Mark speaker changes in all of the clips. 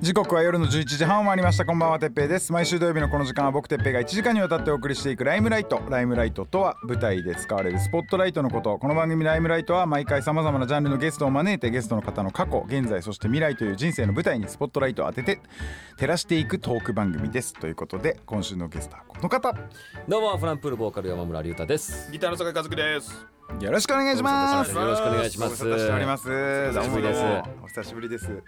Speaker 1: 時刻は夜の11時半を回りましたこんばんはてっぺいです毎週土曜日のこの時間は僕てっぺいが1時間にわたってお送りしていくライムライトライムライトとは舞台で使われるスポットライトのことこの番組ライムライトは毎回さまざまなジャンルのゲストを招いてゲストの方の過去現在そして未来という人生の舞台にスポットライトを当てて照らしていくトーク番組ですということで今週のゲストはこの方
Speaker 2: どうもフランプールボーカル山村隆太です。
Speaker 3: ギターの坂井和樹です。
Speaker 1: よろしくお願いします
Speaker 2: よろしくお願いします。
Speaker 1: ご無沙汰しております
Speaker 2: 久しぶりです
Speaker 1: どうもどうもお久しぶりです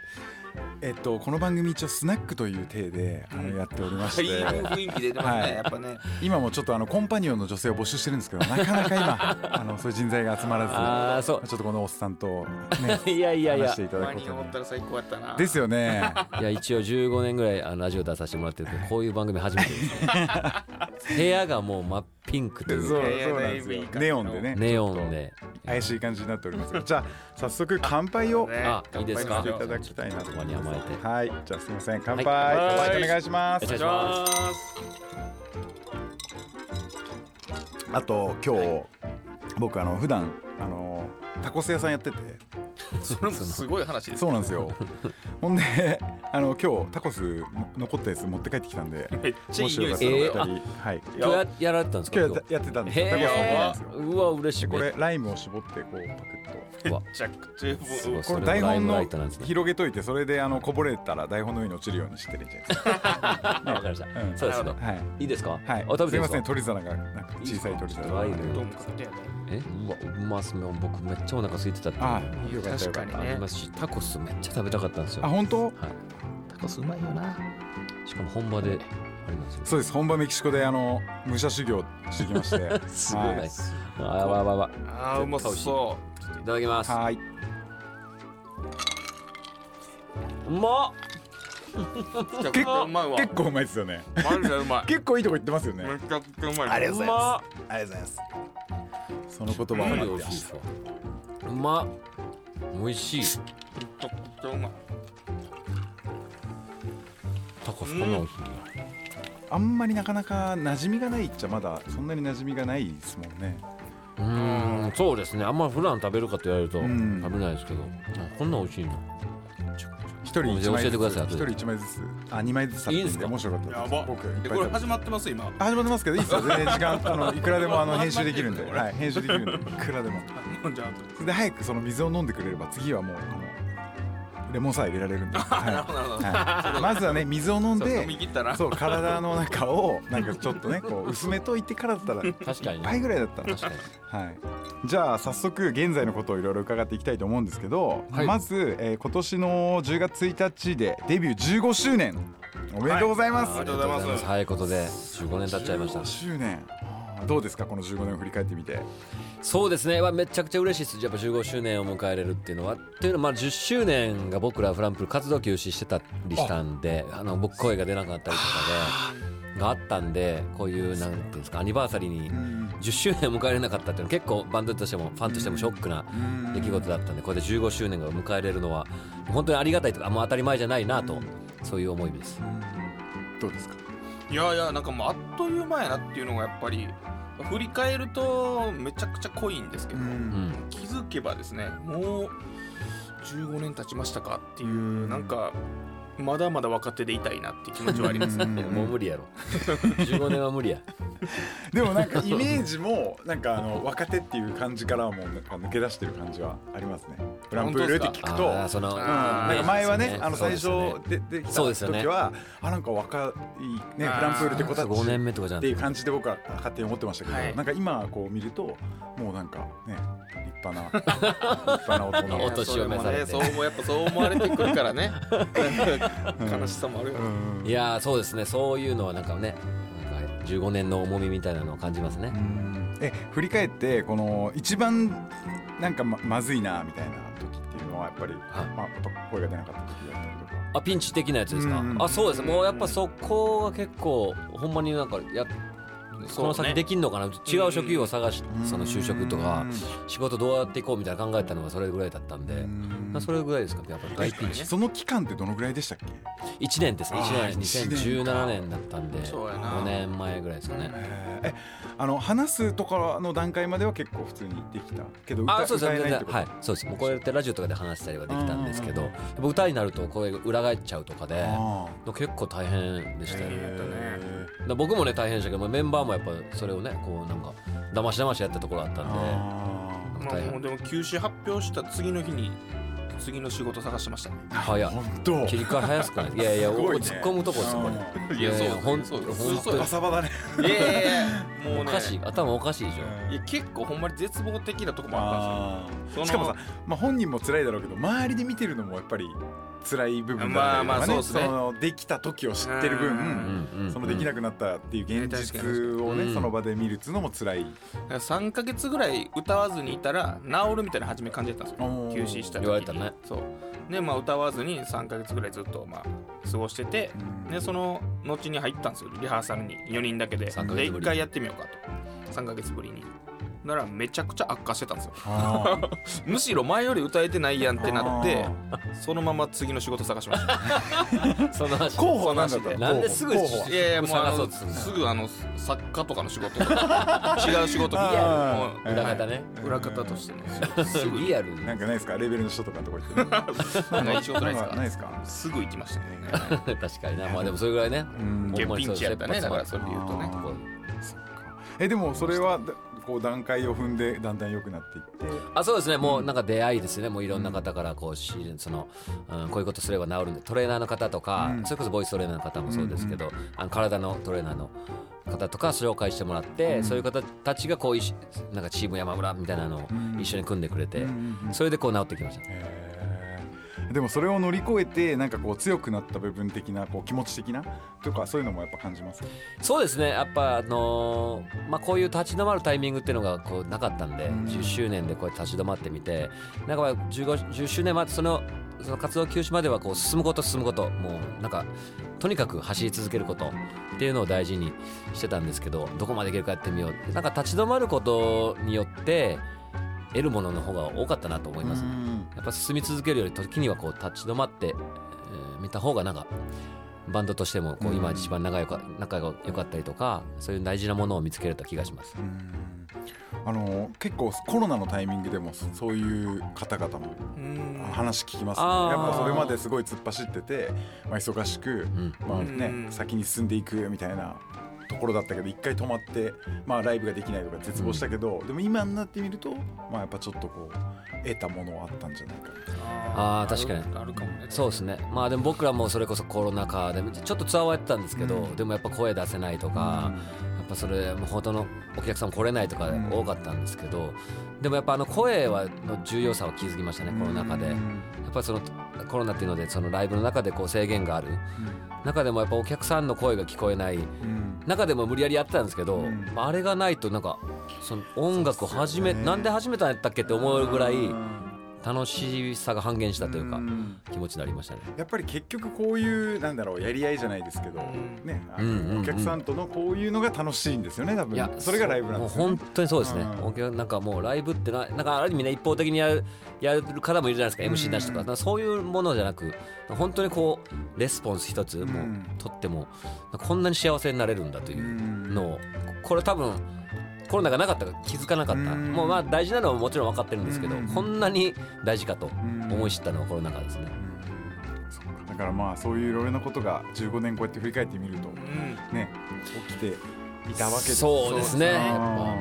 Speaker 1: えっとこの番組一応スナックという体であのやっておりまして
Speaker 3: いい雰囲気出てますね、
Speaker 1: はい
Speaker 3: やっぱね。
Speaker 1: 今もちょっとあのコンパニオンの女性を募集してるんですけどなかなか今あのそういう人材が集まら
Speaker 2: ああ、そ
Speaker 1: ずちょっとこのおっさんと、
Speaker 2: う。
Speaker 1: ね、
Speaker 2: いやいやい
Speaker 1: 話
Speaker 2: や
Speaker 1: して。いただ
Speaker 3: 間
Speaker 1: くこ
Speaker 3: に思った
Speaker 1: とに
Speaker 3: ら最高やったな。
Speaker 1: ですよね
Speaker 2: いや一応15年ぐらいあのラジオ出させてもらってるけどこういう番組初めてです、ね、部屋がもう真っピンクと
Speaker 1: そう
Speaker 2: いう
Speaker 1: そう
Speaker 2: か
Speaker 1: なんですよネオンでね
Speaker 2: ネオンで
Speaker 1: 怪しい感じになっておりますがじゃあ早速乾杯を
Speaker 3: ね
Speaker 2: あいいですか
Speaker 1: 乾杯していただきたいなと思います
Speaker 2: そこに甘えて
Speaker 1: はいじゃあすみません乾杯、
Speaker 2: はい
Speaker 1: 乾
Speaker 3: はい
Speaker 1: 杯お願いします
Speaker 2: お願いし
Speaker 3: じゃ
Speaker 2: ま
Speaker 3: あ
Speaker 2: す
Speaker 1: あと今日、僕あの普段あのタコス屋さんやってて
Speaker 3: それもすごい話です。
Speaker 1: そうなんです よほんであの今日タコス残ったやつ持って帰ってきたんで
Speaker 3: めっちゃいい匂い
Speaker 1: も
Speaker 3: す
Speaker 1: しよ
Speaker 3: る。
Speaker 1: かったらお二人、はい
Speaker 2: 今日ややられてたんですか
Speaker 1: 今日
Speaker 2: 今
Speaker 1: やってたんです
Speaker 2: 日
Speaker 1: よ。タコス
Speaker 3: へー
Speaker 1: なんですよ
Speaker 2: うわ嬉しい
Speaker 1: これライムを絞ってこうパクッと。
Speaker 2: うわ
Speaker 3: めちゃくちゃ
Speaker 2: すごい
Speaker 1: こ
Speaker 2: そ
Speaker 1: れ台
Speaker 2: れ台ライ
Speaker 1: 本
Speaker 2: ムラ
Speaker 1: の
Speaker 2: イトなんですね
Speaker 1: 広げといてそれであのこぼれたら台本の上に落ちるようにしてるんじゃないですか。
Speaker 2: あわかりました、
Speaker 1: うん
Speaker 2: そうですけど
Speaker 1: はい
Speaker 2: いいですか
Speaker 1: は
Speaker 2: あ
Speaker 1: い。
Speaker 2: 食べ
Speaker 1: す
Speaker 2: て
Speaker 1: い
Speaker 2: いい
Speaker 1: ま
Speaker 2: です
Speaker 1: せん
Speaker 2: か
Speaker 1: 鳥皿がなんか小さい鳥皿が。
Speaker 2: いいですか
Speaker 3: どうも買ってやね。
Speaker 2: えうわうまそうもう僕めっちゃお腹空いてたっていうの
Speaker 1: あ
Speaker 2: も
Speaker 1: よかったよ
Speaker 3: 確
Speaker 1: か
Speaker 3: か
Speaker 1: っ
Speaker 3: に
Speaker 1: た。
Speaker 2: あり
Speaker 3: ね
Speaker 2: ま。すしタコスめっちゃ食べたかったんですよ
Speaker 1: あ本当？
Speaker 2: タコスうまいよなしかも本場であれなんですよ
Speaker 1: そうです。本場メキシコであの武者修行してきまして。
Speaker 2: すごい
Speaker 1: は
Speaker 2: ねあわわわわ
Speaker 3: あーうまそ
Speaker 2: いただきます
Speaker 1: はい。
Speaker 2: うまっ
Speaker 3: う。めちゃくちゃうまいわ。
Speaker 1: 結構うまいですよ ね。
Speaker 3: マジでうまい。
Speaker 1: 結構いいとこ行ってますよね。
Speaker 3: めちゃくちゃうまい。
Speaker 1: ありがとうござい
Speaker 2: ま
Speaker 1: ま
Speaker 2: っ
Speaker 1: す。ありがとうございます。その言葉を待ってました。
Speaker 2: うまっ美味しい
Speaker 3: めちゃくちゃうまい。
Speaker 2: タコスこんな美味しいんだ
Speaker 1: あんまりなかなか馴染みがないっちゃまだそんなに馴染みがないですもんね。
Speaker 2: うーんそうですねあんま普段食べるかと言われると
Speaker 1: ん
Speaker 2: 食べないですけどあこんな美味しいの
Speaker 1: 一人一
Speaker 2: 教
Speaker 1: 枚
Speaker 2: え
Speaker 1: ず
Speaker 2: てください
Speaker 1: つ。一人一枚ずつ。あ、二枚ずつ買って。
Speaker 2: いいんすか
Speaker 1: 面白かった
Speaker 3: や
Speaker 1: です。
Speaker 3: ば。
Speaker 1: 僕いっぱ
Speaker 3: で
Speaker 1: い
Speaker 3: これ
Speaker 1: 食べ
Speaker 3: 始まってます今。
Speaker 1: あ始まってますけどいいですよ。全然時間あのいくらでもあの編集できるんで。はい、編集できるんでいくらでも。
Speaker 3: じゃあ
Speaker 1: それで早くその水を飲んでくれれば次はもうあのレモンサワー入れられるんで。はい
Speaker 3: あと。なるほど。
Speaker 1: はいまずはね水を飲ん
Speaker 3: そう
Speaker 1: で
Speaker 3: 飲み。切ったら。
Speaker 1: そう体の中をなんかちょっとねこう薄めといてからだったら一
Speaker 2: 確かに
Speaker 1: 杯ぐらいだったら
Speaker 2: 確かに
Speaker 1: はい、じゃあ早速現在のことをいろいろ伺っていきたいと思うんですけど、
Speaker 2: はい
Speaker 1: まず、えー今年の10月1日でデビュー15周年おめでとうございます、
Speaker 3: ありがとうございます
Speaker 2: 早いことで15年経っちゃいました
Speaker 1: 15周年あーどうですかこの15年を振り返ってみて
Speaker 2: そうですね、まあ、めちゃくちゃ嬉しいですやっぱ15周年を迎えれるっていうのはっていうのは、まあ、10周年が僕らフランプール活動休止してたりしたんであの僕声が出なかったりとかでがあったんでこういうなんていうんですかアニバーサリーに10周年を迎えれなかったっていうのは結構バンドとしてもファンとしてもショックな出来事だったんでこれで15周年が迎えれるのは本当にありがたいというかもう当たり前じゃないなとそういう思いです。
Speaker 1: どうですか
Speaker 3: いやいやなんかもうあっという間やなっていうのがやっぱり振り返るとめちゃくちゃ濃いんですけど、
Speaker 2: うん
Speaker 3: 気づけばですねもう15年経ちましたかっていう、なんかまだまだ若手でいたいなっていう気持ちはありますね。
Speaker 2: いやもう無理やろ 15年は 無理や
Speaker 1: でもなんかイメージもなんかあの若手っていう感じからはもうなんか抜け出してる感じはありますねフランプールって聞くと
Speaker 2: あーその
Speaker 1: うんなんか前はね、あの
Speaker 2: そ
Speaker 1: 最
Speaker 2: うです
Speaker 1: 初
Speaker 2: よね
Speaker 1: でできた
Speaker 2: そうですよね
Speaker 1: 時は、あなんか若いね
Speaker 3: あー
Speaker 1: フランプールって子たち
Speaker 2: 5年目とかじゃ
Speaker 1: っ
Speaker 2: ん
Speaker 1: ていう感じで僕は勝手に思ってましたけど、
Speaker 3: はい
Speaker 1: なんか今こう見るともうなんかね立派な 立派な大人
Speaker 2: お年を召されて
Speaker 3: それもねそう思うやっぱそう思われてくるからね悲しさもあるよ、
Speaker 1: うん
Speaker 2: いやーそうですねそういうのはなんかねなんか15年の重みみたいなのを感じますね
Speaker 1: うんえ振り返ってこの一番なんかままずいなみたいな時っていうのはやっぱり、まあ、やっぱ声が出なかった時だったりとか。
Speaker 2: あピンチ的なやつですか、
Speaker 1: うん
Speaker 2: あそうですもうやっぱそこは結構ほんまになんかやこの先できんのかな、違う職業を探し、その就職とか仕事どうやっていこうみたいな考えたのがそれぐらいだったんで、
Speaker 1: うん
Speaker 2: まあそれぐらいですかねやっぱ大ピンチ
Speaker 3: ね
Speaker 1: その期間ってどのぐらいでしたっけ
Speaker 2: 1年ですね
Speaker 1: あー
Speaker 2: 1年
Speaker 1: 一年か
Speaker 2: 2017年だったんで
Speaker 3: そうやな
Speaker 2: 5年前ぐらいですかね
Speaker 1: えーえあの話すとかの段階までは結構普通にできたけど歌
Speaker 2: あそうです
Speaker 1: 歌えないってこと、
Speaker 2: はいそうですもうこうやってラジオとかで話したりはできたんですけどやっぱ歌になると声が裏返っちゃうとかで
Speaker 1: あ
Speaker 2: 結構大変でしたよね
Speaker 3: え
Speaker 1: ー
Speaker 2: だから僕もね大変でしたけどまあメンバーもやっぱそれをねこうなんか騙し騙しやったところあったんで
Speaker 1: あ
Speaker 3: まあ
Speaker 2: 大変
Speaker 3: もうでも休止発表した次の日に次の仕事探してましたね
Speaker 2: 早
Speaker 1: ー
Speaker 2: い
Speaker 1: 本当
Speaker 2: 切り替え早すかねいやいや
Speaker 1: すごいね
Speaker 2: 突っ込むとこ突っ込む
Speaker 4: いやそう
Speaker 2: いやほん
Speaker 4: そう
Speaker 2: ほん
Speaker 4: そうそう
Speaker 2: と
Speaker 1: バサバだね
Speaker 3: いやいやいやも
Speaker 2: お
Speaker 3: うね
Speaker 2: かしい頭おかしいでしょ
Speaker 3: いや結構ほんまに絶望的なとこもあっ
Speaker 1: あー
Speaker 3: その
Speaker 1: しかもさ、まあ、本人も辛いだろうけど周りで見てるのもやっぱり辛い部分だね
Speaker 3: まあまあ
Speaker 1: やっぱ
Speaker 3: そうっすね
Speaker 1: のできた時を知ってる分、
Speaker 3: うん
Speaker 2: うんうん
Speaker 1: そのできなくなったっていう現実をね、
Speaker 2: うん
Speaker 1: その場で見るっつうのも辛い、
Speaker 3: たんですよ3か月ぐらい歌わずにいたら治るみたいな初め感じだったんです
Speaker 1: お
Speaker 3: よ
Speaker 1: ー
Speaker 3: 休止した時に
Speaker 2: 言われたね
Speaker 3: そうでまあ歌わずに3か月ぐらいずっとまあ過ごしてて
Speaker 1: うん
Speaker 3: でその後に入ったんですよリハーサルに4人だけでで
Speaker 2: 三ヶ月ぶり
Speaker 3: 1回やってみようかと3か月ぶりにならめちゃくちゃ悪化してたんですよ
Speaker 1: あー
Speaker 3: むしろ前より歌えてないやんってなって
Speaker 1: あ
Speaker 3: そのまま次の仕事探しました
Speaker 2: その話
Speaker 1: 候補は何だった
Speaker 2: なんですぐ
Speaker 1: 候補はい
Speaker 3: やいやもうあ
Speaker 2: 探そう
Speaker 3: の
Speaker 2: とするんだ
Speaker 3: すぐあの作家とかの仕事とか違う仕事みた
Speaker 1: あ
Speaker 3: い
Speaker 1: ー
Speaker 3: なもう
Speaker 2: 裏方ね
Speaker 3: 裏方 としてねすぐ
Speaker 2: リアルに
Speaker 1: なんかないですかレベルの人とかとか言って
Speaker 3: なんかいい仕事ないです
Speaker 1: なんかないで
Speaker 3: か
Speaker 1: すか
Speaker 3: すぐ行きましたね
Speaker 2: 確かになまあでもそれぐらいね
Speaker 1: うん
Speaker 3: 結構ピンチやったねだからそれで言うとね
Speaker 1: あえでもそれはだこう段階を踏んでだんだん良くなっていって
Speaker 2: あそうですねもうなんか出会いですねもういろんな方からこうしその、うん、こういうことすれば治るんでトレーナーの方とか、
Speaker 1: うん
Speaker 2: それこそボイストレーナーの方もそうですけど、あの体のトレーナーの方とか紹介してもらって、そういう方たちがこういしなんかチーム山村みたいなのを一緒に組んでくれて、それでこう治ってきました、
Speaker 1: へーでもそれを乗り越えてなんかこう強くなった部分的なこう気持ち的なとかそういうのもやっぱ感じます
Speaker 2: そうですねやっぱあのーまあ、こういう立ち止まるタイミングっていうのがこうなかったんで、10周年でこうやって立ち止まってみてなんかまあ15 10周年までそのその活動休止まではこう進むこと進むこともうなんかとにかく走り続けることっていうのを大事にしてたんですけどどこまでいけるかやってみようなんか立ち止まることによって得るものの方が多かったなと思います、ね、やっぱ進み続けるより時にはこう立ち止まって、えー見た方がなんかバンドとしてもこう今一番仲良か仲が良かったりとかそういう大事なものを見つけれた気がします。
Speaker 1: うんあの結構コロナのタイミングでもそそういう方々も
Speaker 3: うん
Speaker 1: 話聞きますね
Speaker 2: あ
Speaker 1: や
Speaker 2: ー
Speaker 1: っぱそれまですごい突っ走ってて、まあ、忙しく、
Speaker 2: ん
Speaker 1: まあ
Speaker 3: う
Speaker 1: ね、
Speaker 3: ん
Speaker 1: 先に進んでいくみたいなところだったけど一回止まって、まあ、ライブができないとか絶望したけど、でも今になってみると、まあ、やっぱちょっとこう得たものはあったんじゃないかな
Speaker 2: あー確かに
Speaker 3: あるあるかもね
Speaker 2: そうですねまあでも僕らもそれこそコロナ禍でちょっとツアーはやってたんですけど、でもやっぱ声出せないとか、やっぱそれもう本当のお客さんも来れないとか多かったんですけど、でもやっぱあの声はの重要さは気づきましたねコロナ禍で、やっぱそのコロナっていうのでそのライブの中でこう制限がある、中でもやっぱお客さんの声が聞こえない、中でも無理やりやってたんですけど、まああれがないとなんかその音楽を始め、なんで始めたんやったっけって思うぐらい楽しさが半減したというか、気持ちになりましたね。
Speaker 1: やっぱり結局こういうなんだろうやり合いじゃないですけど、ねあの
Speaker 2: うんうんうん
Speaker 1: お客さんとのこういうのが楽しいんですよね多
Speaker 2: い
Speaker 1: 分
Speaker 2: や
Speaker 1: それがライブなんで
Speaker 2: もう
Speaker 1: すよ、
Speaker 2: 本
Speaker 1: ね、
Speaker 2: 当にそうですね
Speaker 1: うん、
Speaker 2: お客なんかもうライブってななんかある意味ね一方的にやるやる方もいるじゃないですか MC なしとか,、そういうものじゃなく本当にこうレスポンス一つもうとってもこんなに幸せになれるんだというのをこれ多分コロナがなかったから気づかなかった、
Speaker 1: うん
Speaker 2: もうまあ大事なのはもちろん分かってるんですけど、
Speaker 1: うん
Speaker 2: こんなに大事かと
Speaker 1: ん
Speaker 2: 思い知ったのはコロナ禍ですね。
Speaker 1: だからまあそういういろいろなことが15年こうやって振り返ってみると
Speaker 3: うん
Speaker 1: ね起きていたわけです
Speaker 2: そうですね。
Speaker 3: そうですね
Speaker 2: やっぱ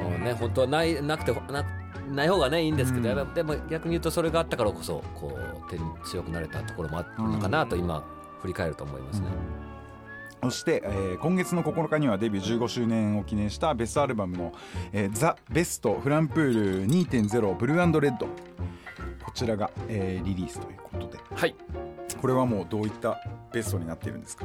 Speaker 2: もうね本当はないなくてなない方がねいいんですけど、
Speaker 1: うん
Speaker 2: やっぱでも逆に言うとそれがあったからこそこう手に強くなれたところもあったのかなと今振り返ると思いますね。
Speaker 1: そして、えー今月の9日にはデビュー15周年を記念したベストアルバムの「えーザ・ベストフランプール2.0ブルーレッド」こちらが、えーリリースということで
Speaker 2: はい。
Speaker 1: これはもうどういったベストになっているんですか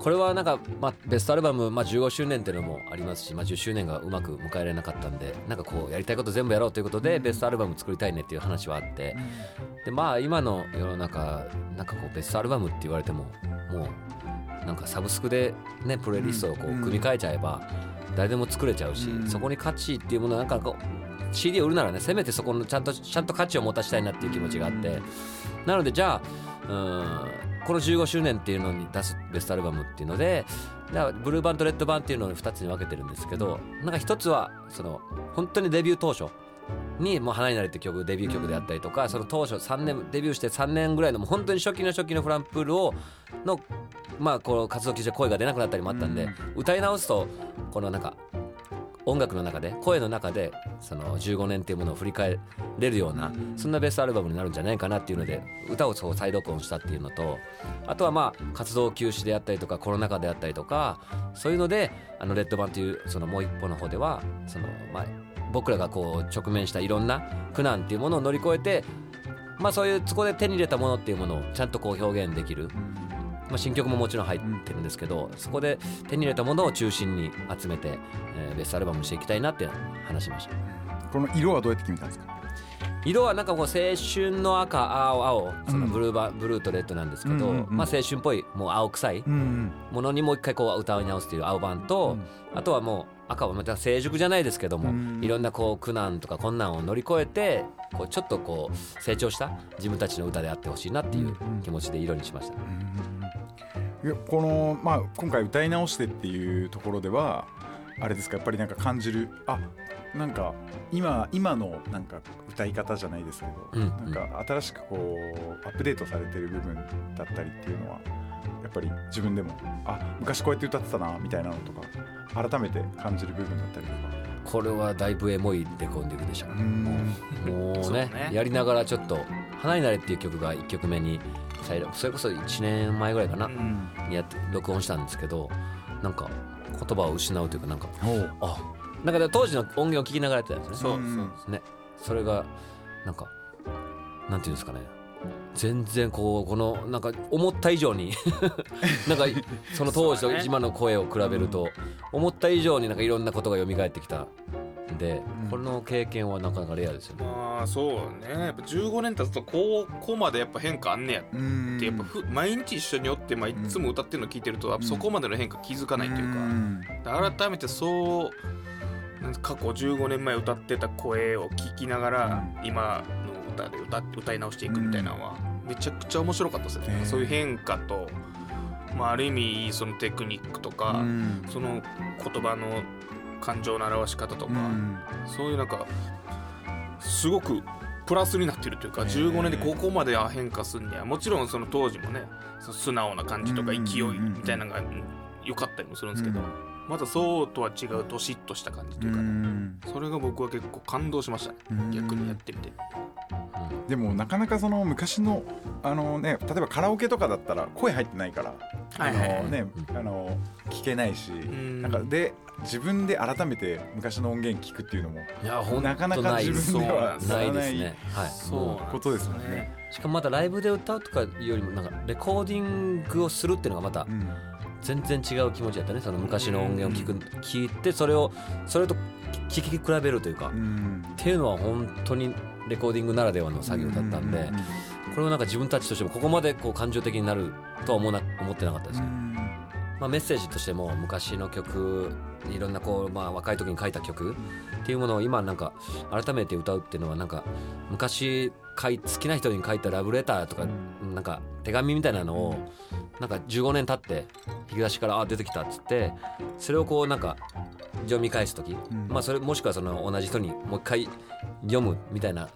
Speaker 2: これはなんか、まあ、ベストアルバム、まあ、15周年っていうのもありますし、まあ、10周年がうまく迎えられなかったんでなんかこうやりたいこと全部やろうということで、ベストアルバム作りたいねっていう話はあって、でまあ今の世の中なんかこうベストアルバムって言われてももうなんかサブスクでねプレイリストをこう組み替えちゃえば誰でも作れちゃうし、そこに価値っていうものはなんかこう CD を売るならねせめてそこのちゃんとちゃんと価値を持たしたいなっていう気持ちがあって、なのでじゃあうんこの15周年っていうのに出すベストアルバムっていうのでだからブルー版とレッド版っていうのを2つに分けてるんですけどなんか1つはその本当にデビュー当初に「もう花になれ」って曲デビュー曲であったりとかその当初3年デビューして3年ぐらいのもう本当に初期の初期のフランプールをのまあこう活動基準声が出なくなったりもあったんで、歌い直すとこのなんか音楽の中で声の中でその15年っていうものを振り返れるようなそんなベストアルバムになるんじゃないかなっていうので歌をそう再録音したっていうのとあとはまあ活動休止であったりとかコロナ禍であったりとかそういうのであのレッドバンというそのもう一歩の方ではそのまあ僕らがこう直面したいろんな苦難っていうものを乗り越えてまあそういうそこで手に入れたものっていうものをちゃんとこう表現できるまあ、新曲ももちろん入ってるんですけど、そこで手に入れたものを中心に集めて、えーベストアルバムにしていきたいなって話しました
Speaker 5: この色はどうやって決めたんですか
Speaker 2: 色はなんかこう青春の赤青青そのブルーバ、ブルーとレッドなんですけど、
Speaker 5: うんうんうん
Speaker 2: まあ、青春っぽいもう青臭い
Speaker 5: うん
Speaker 2: ものにもう一回こう歌い直すという青版と、あとはもう赤はまた成熟じゃないですけども、
Speaker 5: うん
Speaker 2: いろんなこう苦難とか困難を乗り越えてこうちょっとこう成長した自分たちの歌であってほしいなっていう気持ちで色にしました。
Speaker 5: うんいやこの、まあ、今回歌い直してっていうところではあれですかやっぱりなんか感じるあなんか今今のなんか歌い方じゃないですけど、
Speaker 2: うん
Speaker 5: なんか新しくこうアップデートされてる部分だったりっていうのはやっぱり自分でもあ昔こうやって歌ってたなみたいなのとか改めて感じる部分だったりとか。
Speaker 2: これはだいぶエモいデコンディングでしたねもうね
Speaker 3: そうね
Speaker 2: やりながらちょっと「花になれ」っていう曲が1曲目に再録それこそ1年前ぐらいかな、
Speaker 3: うん
Speaker 2: にやって録音したんですけどなんか言葉を失うというかなんか
Speaker 5: ほう
Speaker 2: あなんかで当時の音源を聞きながらやってたんですね
Speaker 3: そうそう
Speaker 5: うん
Speaker 2: ねそれがなんかなんていうんですかね全然こうこのなんか思った以上に なんかその当時
Speaker 3: そう
Speaker 2: と
Speaker 3: だね
Speaker 2: 今の声を比べると思った以上になんかいろんなことが蘇ってきたんでこの経験はなかなかレアですよね。
Speaker 3: まあそうねやっぱ15年経つとここまでやっぱ変化あんねやっ
Speaker 5: うん
Speaker 3: てやっぱふ毎日一緒におって、まあ、いつも歌ってるの聞いてるとやっぱそこまでの変化気づかないというか。
Speaker 5: ん
Speaker 3: 改めてそうなんか過去15年前歌ってた声を聞きながら今の歌で歌っ歌い直していくみたいなのはめちゃくちゃ面白かったですね、
Speaker 5: ねえ
Speaker 3: そういう変化と、まあ、ある意味そのテクニックとか、
Speaker 5: うん
Speaker 3: その言葉の感情の表し方とか、
Speaker 5: うん
Speaker 3: そういうなんかすごくプラスになってるというか15年でここまであ変化すんねやもちろんその当時もねその素直な感じとか
Speaker 5: うんうん
Speaker 3: 勢い
Speaker 5: うんうん
Speaker 3: みたいなのがうん良かったりもするんですけど
Speaker 5: うん
Speaker 3: またそうとは違うどしっとした感じというかねそれが僕は結構感動しましたね
Speaker 5: うん
Speaker 3: 逆にやってみて
Speaker 5: でもなかなかその昔のあの、ね、例えばカラオケとかだったら声入ってないから、
Speaker 3: はいはいはい
Speaker 5: あのねあの聞けないし、
Speaker 3: ん
Speaker 5: なんかで自分で改めて昔の音源聞くっていうのも
Speaker 2: いやほんと
Speaker 5: なかなか
Speaker 2: ない
Speaker 5: 自分では
Speaker 3: そう
Speaker 2: ない
Speaker 5: 知ら
Speaker 2: で
Speaker 5: な
Speaker 2: す
Speaker 5: い
Speaker 2: ね。はい。も
Speaker 3: そう
Speaker 5: ことですもんね。
Speaker 2: うしかもまたライブで歌うとかよりもなんかレコーディングをするっていうのがまた
Speaker 5: うん
Speaker 2: 全然違う気持ちだったね。その昔の音源を聞く聞いてそれをそれと聞き比べるというか、
Speaker 5: う
Speaker 2: っ
Speaker 5: ん
Speaker 2: ていうのは本当にレコーディングならではの作業だったんで、
Speaker 5: う
Speaker 2: これはなんか自分たちとしてもここまでこう感情的になるとは思わな思ってなかったですね。まあ、メッセージとしても昔の曲いろんなこう、まあ、若い時に書いた曲っていうものを今なんか改めて歌うっていうのはなんか昔書い好きな人に書いたラブレターとかなんか手紙みたいなのをなんか15年経って引き出しからあ出てきたっつってそれをこうなんか読み返す時、
Speaker 5: ん
Speaker 2: まあ、それもしくはその同じ人にもう一回読むみたいな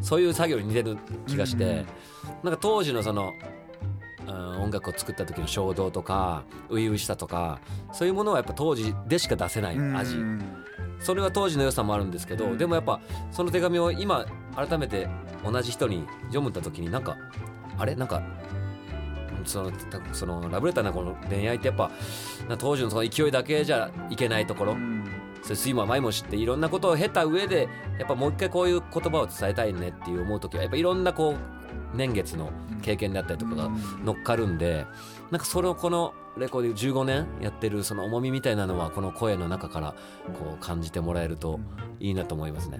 Speaker 2: そういう作業に似てる気がして、なんか当時のそのうん音楽を作った時の衝動とか初々しさとかそういうものはやっぱ当時でしか出せない
Speaker 5: うん
Speaker 2: 味
Speaker 5: うん
Speaker 2: それは当時の良さもあるんですけどでもやっぱその手紙を今改めて同じ人に読むった時になんかあれなんかそのたそのラブレターなこの恋愛ってやっぱな当時のその勢いだけじゃいけないところそれ今前も知っていろんなことを経た上でやっぱもう一回こういう言葉を伝えたいねっていう思う時はやっぱいろんなこう年月の経験であったりとかが乗っかるんでなんかそれをこのレコーディング15年やってるその重みみたいなのはこの声の中からこう感じてもらえるといいなと思いますね。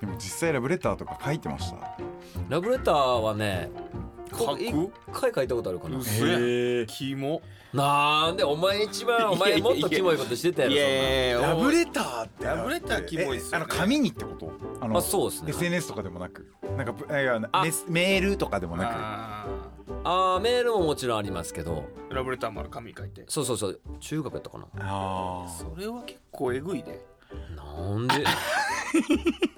Speaker 5: でも実際ラブレターとか書いてました。
Speaker 2: ラブレターはね
Speaker 3: 書く
Speaker 2: 一回書いたことあるかな
Speaker 3: う。
Speaker 6: へ
Speaker 3: せえ
Speaker 6: ー
Speaker 3: キモ
Speaker 2: なんでお前一番お前もっとキモいことしてたやろ。
Speaker 6: ラブレターってだって
Speaker 3: ラブレターキモいっすよね
Speaker 1: えあの紙にってことあ
Speaker 2: そ
Speaker 1: の
Speaker 2: んなあそうですね。
Speaker 1: SNS とかでもなくなんかぶいや
Speaker 2: あ
Speaker 1: メスメールとかでもな
Speaker 3: あ
Speaker 2: あーメールももちろんありますけど、
Speaker 3: ーラブレターもある紙書いて
Speaker 2: そうそうそう中学やったかな。
Speaker 1: くああ
Speaker 3: それは結構えぐいね
Speaker 2: なん で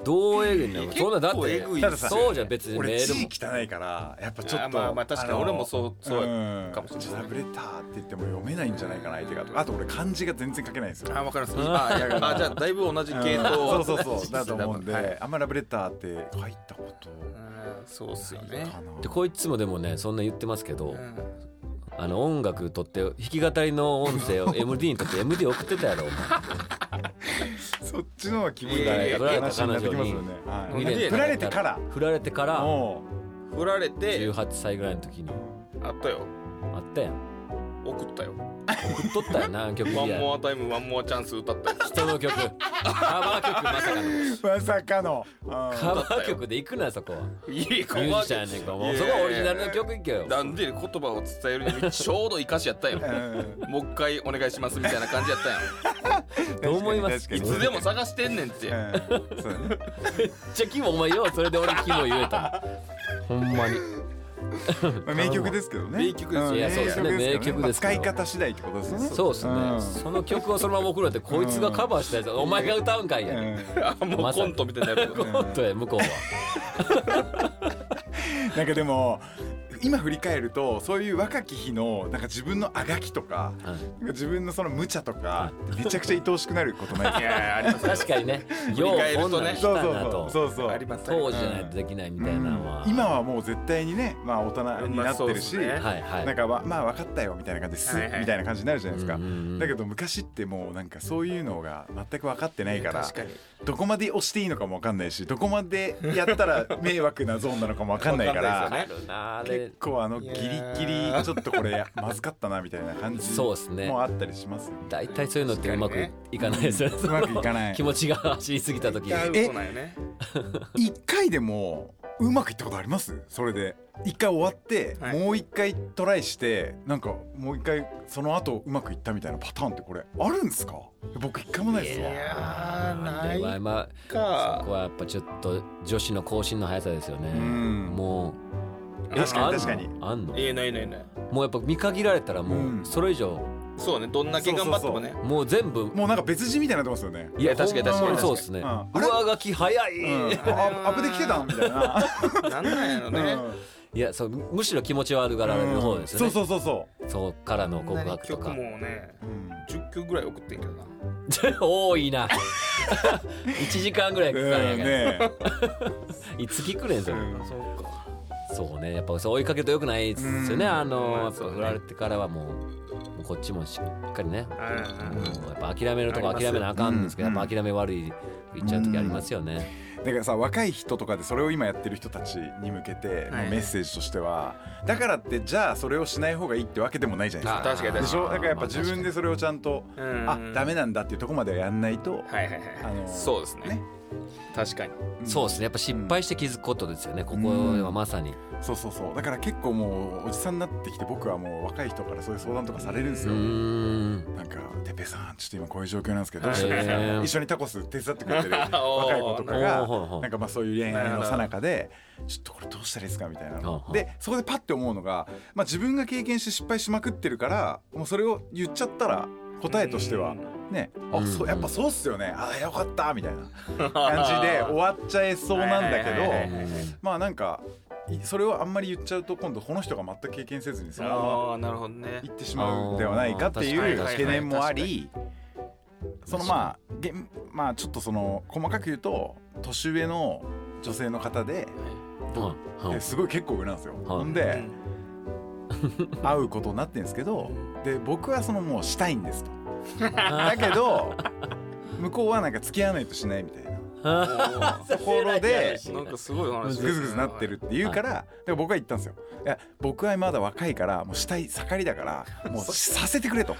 Speaker 2: どうえぐいのそんなだっ
Speaker 3: 結構えぐい
Speaker 2: て
Speaker 3: っすよ
Speaker 2: そうじゃん別にメ
Speaker 6: 俺
Speaker 2: ール
Speaker 6: 字
Speaker 2: も
Speaker 6: 汚いからやっぱちょ
Speaker 3: あ
Speaker 6: っと
Speaker 3: まあまあ確かに俺も
Speaker 6: う
Speaker 3: そうそうやかもしれない
Speaker 6: ラブレターって言っても読めないんじゃないかな相手がとかあと俺漢字が全然書けないんですよ
Speaker 3: あ分かるんすあいやあじゃあだいぶ同じ系
Speaker 6: う
Speaker 3: 統
Speaker 6: んそうそうそうだと思うんで、
Speaker 3: はい
Speaker 6: あんまラブレターって書いたこと
Speaker 3: うんそうっすよ
Speaker 6: ない
Speaker 3: ね
Speaker 6: かな、
Speaker 2: でこいつもでもねそんな言ってますけど、
Speaker 3: うん
Speaker 2: あの音楽取って弾き語りの音 声を MD に取って MD 送ってたやろお前
Speaker 1: そっちの方がキモい
Speaker 3: いやいや
Speaker 1: な話になってきますよね
Speaker 3: 女に
Speaker 1: はい振られてから
Speaker 2: 振られてから
Speaker 1: も
Speaker 3: 振られて
Speaker 2: 18歳ぐらいの時に
Speaker 3: あったよ
Speaker 2: あったやん
Speaker 3: 送ったよ「
Speaker 2: 送っとったやん何曲
Speaker 3: ワ
Speaker 2: い
Speaker 3: ン
Speaker 2: や
Speaker 3: モアタイムワンモアチャンス」歌ったよ
Speaker 2: 人の曲カバー曲まさかの
Speaker 1: うまさかのうん
Speaker 2: カバー曲で行くなそこはミ
Speaker 3: いい
Speaker 2: ュージシャンやねんからもうそこはオリジナルの曲行けよ
Speaker 3: なんで言葉を伝えるにちょうどいい歌詞やったよ
Speaker 1: うん
Speaker 3: もう一回お願いしますみたいな感じやったや
Speaker 2: どう思います
Speaker 1: 確
Speaker 3: んい
Speaker 1: かに
Speaker 3: つでも探してんねんって
Speaker 1: うんそうね
Speaker 2: じゃあキモお前ようそれで俺キモ言えたのほんまに
Speaker 1: まあ名曲ですけどね
Speaker 3: 名曲ですよ
Speaker 1: ん
Speaker 3: いやそうです
Speaker 2: ね
Speaker 1: 名曲ですけど
Speaker 2: 名曲ですけど
Speaker 1: まあ使い方次第ってことですね
Speaker 2: そうですね、
Speaker 1: うん
Speaker 2: その曲をそのまま送るなんてこいつがカバーしたやつお前が歌うんかいや、
Speaker 1: うん
Speaker 3: あもうコントみたいになる
Speaker 2: コントや向こうは
Speaker 1: なんかでも今振り返るとそういう若き日のなんか自分のあがきとか
Speaker 2: うん
Speaker 1: なんか自分のその無茶とかめちゃくちゃ愛おしくなること ない
Speaker 3: いやありま
Speaker 2: 確
Speaker 3: す
Speaker 2: かに ね
Speaker 3: り
Speaker 2: よ
Speaker 3: 返
Speaker 2: うこ
Speaker 3: る
Speaker 2: ん
Speaker 3: と
Speaker 2: な
Speaker 3: ね
Speaker 2: ん来
Speaker 1: そう
Speaker 2: た
Speaker 1: そう
Speaker 2: なと
Speaker 1: そうそうそう
Speaker 3: あります
Speaker 2: 当時じゃないとできないみたいなのは、
Speaker 1: うん今はもう絶対にね、まあ、大人になってるし、
Speaker 3: まあそうっすね
Speaker 2: はいはい
Speaker 1: なんかわまあ分かったよみたいな感じです、
Speaker 3: はいはい
Speaker 1: みたいな感じになるじゃないですか、
Speaker 2: うんうんうん
Speaker 1: だけど昔ってもうなんかそういうのが全く分かってないから
Speaker 3: 確かに
Speaker 1: どこまで押していいのかも分かんないしどこまでやったら迷惑なゾーンなのかも分かんないか
Speaker 3: わかん
Speaker 1: ら
Speaker 3: ない
Speaker 2: あるなあれ
Speaker 1: 結構あのギリギ
Speaker 3: い
Speaker 1: リ
Speaker 3: やー
Speaker 1: ちょっとこれまずかったなみたいな感じ
Speaker 2: そうっすね
Speaker 1: もあったりしますよね
Speaker 2: 大体そういうのってうまく
Speaker 3: 確か
Speaker 2: いかないですよ、
Speaker 1: うまくいかない
Speaker 2: 気持ちが走りすぎた時
Speaker 3: 歌うことないよね
Speaker 1: 一回でもうまくいったことありますそれで一回終わって、
Speaker 3: はい
Speaker 1: もう一回トライしてなんかもう一回その後うまくいったみたいなパターンってこれあるんですか僕一回もないですわ
Speaker 3: や
Speaker 2: でまあまあそ
Speaker 3: か
Speaker 2: こはやっぱちょっと女子の更新の速さですよね
Speaker 1: ん
Speaker 2: もう
Speaker 1: 確かに
Speaker 2: え
Speaker 1: 確かに
Speaker 2: あんのあんの
Speaker 3: ええないないない
Speaker 2: もうやっぱ見限られたら
Speaker 1: う
Speaker 2: も
Speaker 1: ん
Speaker 2: うそれ以上
Speaker 3: そうねどんだけ頑張ってもね
Speaker 2: もう全部
Speaker 1: もうなんか別人みたいになってますよね
Speaker 2: いや
Speaker 3: 確かに確かに
Speaker 2: ほんまそうですね、
Speaker 1: うんあれ
Speaker 2: 上書き早い、
Speaker 1: うん、
Speaker 2: い
Speaker 1: あアップできてたんみたいな、
Speaker 3: なんなんやろね
Speaker 2: やそうむしろ気持ち悪がられる方ですよ
Speaker 1: そう
Speaker 2: ね、
Speaker 1: そうそうそ
Speaker 2: そうからの告白と
Speaker 3: 曲
Speaker 2: か
Speaker 3: もね
Speaker 1: う、うん、
Speaker 3: 10曲ぐらい送ってんけどな
Speaker 2: 多 いな1時間ぐらいかかるんや
Speaker 1: うん
Speaker 2: けど、
Speaker 1: ね
Speaker 2: いつ聞くねんそれ、
Speaker 1: うん
Speaker 3: そうか
Speaker 2: そうねやっぱそう追いかけるとよくないですよね、
Speaker 1: うん
Speaker 2: あの
Speaker 3: ま
Speaker 2: や
Speaker 3: あ
Speaker 2: っぱ
Speaker 3: そうね
Speaker 2: 振られてからはもうもうこっちもしっかりね、
Speaker 3: うんうん
Speaker 2: もうやっぱ諦めるとこ
Speaker 3: あります
Speaker 2: 諦めなあかんんですけど、
Speaker 1: うん
Speaker 2: やっぱ諦め悪い言っちゃう時ありますよね、
Speaker 1: だからさ若い人とかでそれを今やってる人たちに向けて
Speaker 3: は
Speaker 1: の
Speaker 3: い
Speaker 1: メッセージとしてはだからってじゃあそれをしない方がいいってわけでもないじゃないですか
Speaker 3: あ。確かに確かに
Speaker 1: でしょだからやっぱ自分でそれをちゃんと
Speaker 3: うん
Speaker 1: あダメなんだっていうとこまではやんないと
Speaker 3: はいはい
Speaker 1: あ
Speaker 3: はい
Speaker 1: の
Speaker 3: そうですね
Speaker 1: ね
Speaker 3: 確かに
Speaker 1: うん
Speaker 2: そうですねやっぱ失敗して気づくことですよね、ここはまさに、
Speaker 1: そうそうそうだから結構もうおじさんになってきて僕はもう若い人からそういう相談とかされるんです
Speaker 2: う
Speaker 1: よ。
Speaker 2: ーん
Speaker 1: なんか「てっぺいさんちょっと今こういう状況なんですけどどう
Speaker 3: はい
Speaker 1: したらいいです
Speaker 2: へ
Speaker 1: か
Speaker 2: ー
Speaker 1: 一緒にタコス手伝ってく れてる若い子とか
Speaker 2: おーほうほ
Speaker 1: が
Speaker 2: う
Speaker 1: なんかまあそういう恋愛のさ
Speaker 3: な
Speaker 1: なかでちょっとこれどうしたらいいですかみたいな
Speaker 2: ほう
Speaker 1: の
Speaker 2: ほう
Speaker 1: でそこでパッて思うのが、まあ、自分が経験して失敗しまくってるからもうそれを言っちゃったら答えとしてはね
Speaker 2: う
Speaker 1: あ
Speaker 2: ん
Speaker 1: そうやっぱそうっすよねあーよかったみたいな 感じで終わっちゃいそうなんだけ
Speaker 3: はいはいはい
Speaker 1: ど
Speaker 3: はい
Speaker 1: まあなんかいそれをあんまり言っちゃうと今度この人が全く経験せずにそのまま
Speaker 3: ああなるほどね
Speaker 1: 行ってしまうんではないかってい
Speaker 3: あ
Speaker 1: う
Speaker 3: ー確か
Speaker 1: 懸
Speaker 3: に
Speaker 1: 念もあり
Speaker 2: に
Speaker 1: そのまあげまあちょっとその細かく言うと年上の女性の方で
Speaker 2: うんうん
Speaker 1: ですごい結構上なんですよ。ほん
Speaker 3: う
Speaker 1: で
Speaker 3: ん
Speaker 1: 会うことになってるんですけどで僕はそのもうしたいんですと。 だけど向こうはなんか付き合わないとしないみたい なところで。
Speaker 3: なんかすごいお話
Speaker 1: グズグズなってるって言うから、だから僕は言ったんですよ。いや、僕はまだ若いから、もうしたい盛りだから、もうさせてくれと。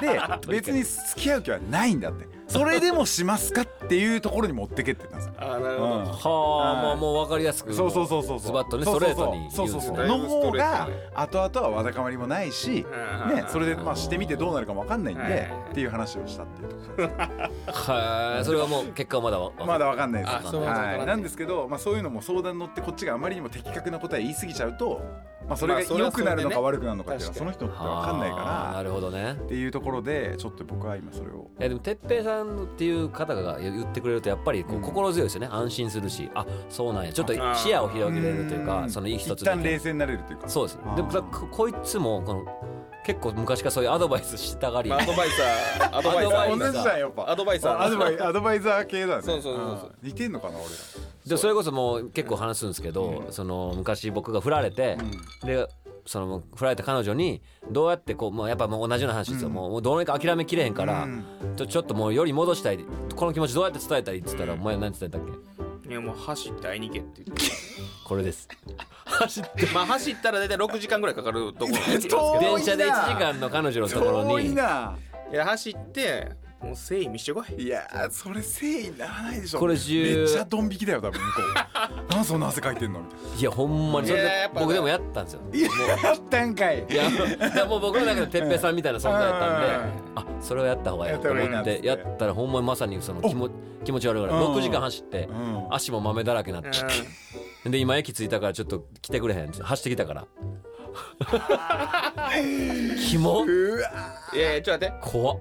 Speaker 1: で、別に付き合う気はないんだって。それでもしますかってっていうところに持ってけって言ったんですよ
Speaker 3: あーなるほど。
Speaker 1: う
Speaker 2: はあ、
Speaker 1: はい
Speaker 2: もうもう分かりやすく
Speaker 1: んそうそうそうそうそう
Speaker 2: ズバッとね
Speaker 1: そうそうそう
Speaker 2: スト
Speaker 1: そ
Speaker 2: レートに言うん
Speaker 1: う
Speaker 2: です
Speaker 1: そうそ
Speaker 2: ね
Speaker 1: う
Speaker 3: だい
Speaker 1: の
Speaker 3: ぶ
Speaker 1: 方が
Speaker 3: ストレート
Speaker 1: 後々はわだかまりもないし
Speaker 3: うん
Speaker 1: ねそれでまあしてみてどうなるかもわかんないん
Speaker 3: はい
Speaker 1: でっていう話をしたっていうところ
Speaker 2: はあそれはもう結果はまだわ
Speaker 1: まだわかんないです
Speaker 3: あそう
Speaker 1: は
Speaker 3: わかんない
Speaker 1: い、なんですけど、まあ、そういうのも相談乗ってこっちがあまりにも的確な答え言い過ぎちゃうと、まあ、それ
Speaker 3: ま
Speaker 1: が
Speaker 3: あそれは
Speaker 1: 良くなるの
Speaker 3: それで
Speaker 1: か
Speaker 3: ね
Speaker 1: 悪くなるのかっていうのはその人ってわかんないか
Speaker 2: はあな
Speaker 1: ら
Speaker 2: るほどね
Speaker 1: っていうところでちょっと僕は今それを
Speaker 2: いやでも哲平さんっていう方が言ってくれるとやっぱりこう心強いですよね、安心するしあそうなんやちょっと
Speaker 3: あー
Speaker 2: 視野を広げれるというか
Speaker 1: ん
Speaker 2: その一つ
Speaker 1: 一
Speaker 2: だ
Speaker 1: 旦
Speaker 2: け
Speaker 1: 冷静になれるというか
Speaker 2: そうです
Speaker 1: あー
Speaker 2: でもだここいつもこの結構昔からそういうアドバイスしたがり、
Speaker 3: まあアドバイザ ー、アドバイザ
Speaker 2: ア
Speaker 3: ー
Speaker 1: 同
Speaker 2: ドバイザー
Speaker 1: じじゃんやっぱ
Speaker 3: アドバイザー
Speaker 1: あアドバイアドバイザー系だね
Speaker 3: そうそうそうそうん
Speaker 1: 似てんのかな俺ら
Speaker 2: でそれこそもう結構話すんですけど、その昔僕が振られて、でその振られた彼女にどうやってこうもうやっぱもう同じような話ですよ、もうもうどうにか諦めきれへんから、ちょちょっともうより戻したいこの気持ちどうやって伝えたらいいっつったら、お前何伝えたっけ
Speaker 3: いやもう走って会いに行けって言っ
Speaker 2: これです
Speaker 3: て。 まあ走ったら大体6時間ぐらいかかるところなんです け
Speaker 1: 遠
Speaker 3: ど。
Speaker 1: いな
Speaker 2: 電車で1時間の彼女のところ
Speaker 1: 遠い
Speaker 2: に
Speaker 1: ない
Speaker 3: や走って、もう誠意見し てこい。
Speaker 1: いやーそれ誠意にならないでしょ
Speaker 2: これ十
Speaker 1: めっちゃドン引きだよ多分向こうなんでそんな汗かいてんのみたい
Speaker 2: いやほんまにそれ
Speaker 3: いやや
Speaker 2: で
Speaker 3: っぱ
Speaker 2: 僕でもやったんですよ
Speaker 1: な やったんかい
Speaker 2: いやだからもう僕の中で哲平さんみたいな存在だったんであそれをやった方がいいと思
Speaker 1: や
Speaker 2: っ
Speaker 1: った方がい
Speaker 2: て
Speaker 1: いな
Speaker 2: やったらほんまにまさにその気も気持ち悪いから
Speaker 1: うん
Speaker 2: 6時間走って
Speaker 1: ん
Speaker 2: 足も豆だらけになって
Speaker 3: う
Speaker 2: で今駅着いたからちょっと来てくれへん走ってきたから キモ
Speaker 1: うわ
Speaker 3: んいやいやちょっと待って
Speaker 2: 怖っ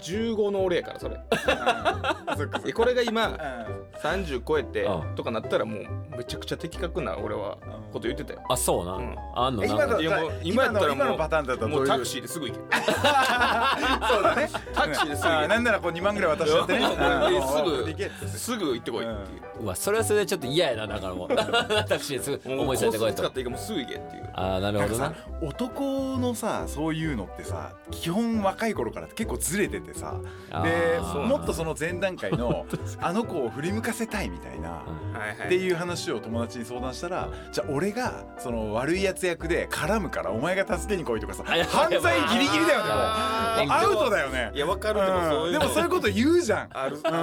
Speaker 3: 15の俺 やからそれ
Speaker 1: ーそっかそっ
Speaker 3: え
Speaker 1: か
Speaker 3: これが 今30超えて
Speaker 2: うん
Speaker 3: とかなったらもうめちゃくちゃ的確な俺はこと言ってたよ
Speaker 2: あそうな、
Speaker 3: うん
Speaker 2: あんの
Speaker 1: え
Speaker 2: なん
Speaker 1: 今
Speaker 2: か
Speaker 1: の
Speaker 3: いやもう
Speaker 1: 今
Speaker 3: 今やったらも
Speaker 1: の
Speaker 3: う
Speaker 1: 今のパターンだったらど
Speaker 3: も
Speaker 1: ういうう
Speaker 3: タクシーですぐ行け
Speaker 1: そうだね
Speaker 3: タクシーですぐ
Speaker 1: あなんならこう2万ぐらい渡しちゃってねうんもう
Speaker 3: す
Speaker 1: 行けっ
Speaker 3: ぐ
Speaker 1: つって
Speaker 3: すぐ行ってこいっていう
Speaker 2: うわそれはそれでちょっと嫌やなだからもう タクシーですぐ
Speaker 3: も
Speaker 2: 思
Speaker 3: う
Speaker 2: いついてこい
Speaker 3: 使っ
Speaker 2: と
Speaker 3: ていいからもうすぐ行けっていう
Speaker 2: ああなる
Speaker 1: な
Speaker 2: ほ
Speaker 1: んか
Speaker 2: どな
Speaker 1: さ男のさそういうのってさ基本若い頃から結構ずれててさ
Speaker 2: あ
Speaker 1: で
Speaker 2: ー
Speaker 1: もっとその前段階のあの子を振り向かせたいみたいな。
Speaker 3: はいは
Speaker 1: っ
Speaker 3: い
Speaker 1: ていう話を友達に相談したらじゃあ俺がその悪いやつ役で絡むからお前が助けに来いとかさ
Speaker 2: や
Speaker 1: 犯罪ギリギリだよねもう
Speaker 3: あー
Speaker 1: もうアウトだよね
Speaker 3: いやわかるけどそう
Speaker 1: う
Speaker 3: い
Speaker 1: んで
Speaker 3: うの
Speaker 1: もそういうこと言うじゃん
Speaker 3: あるある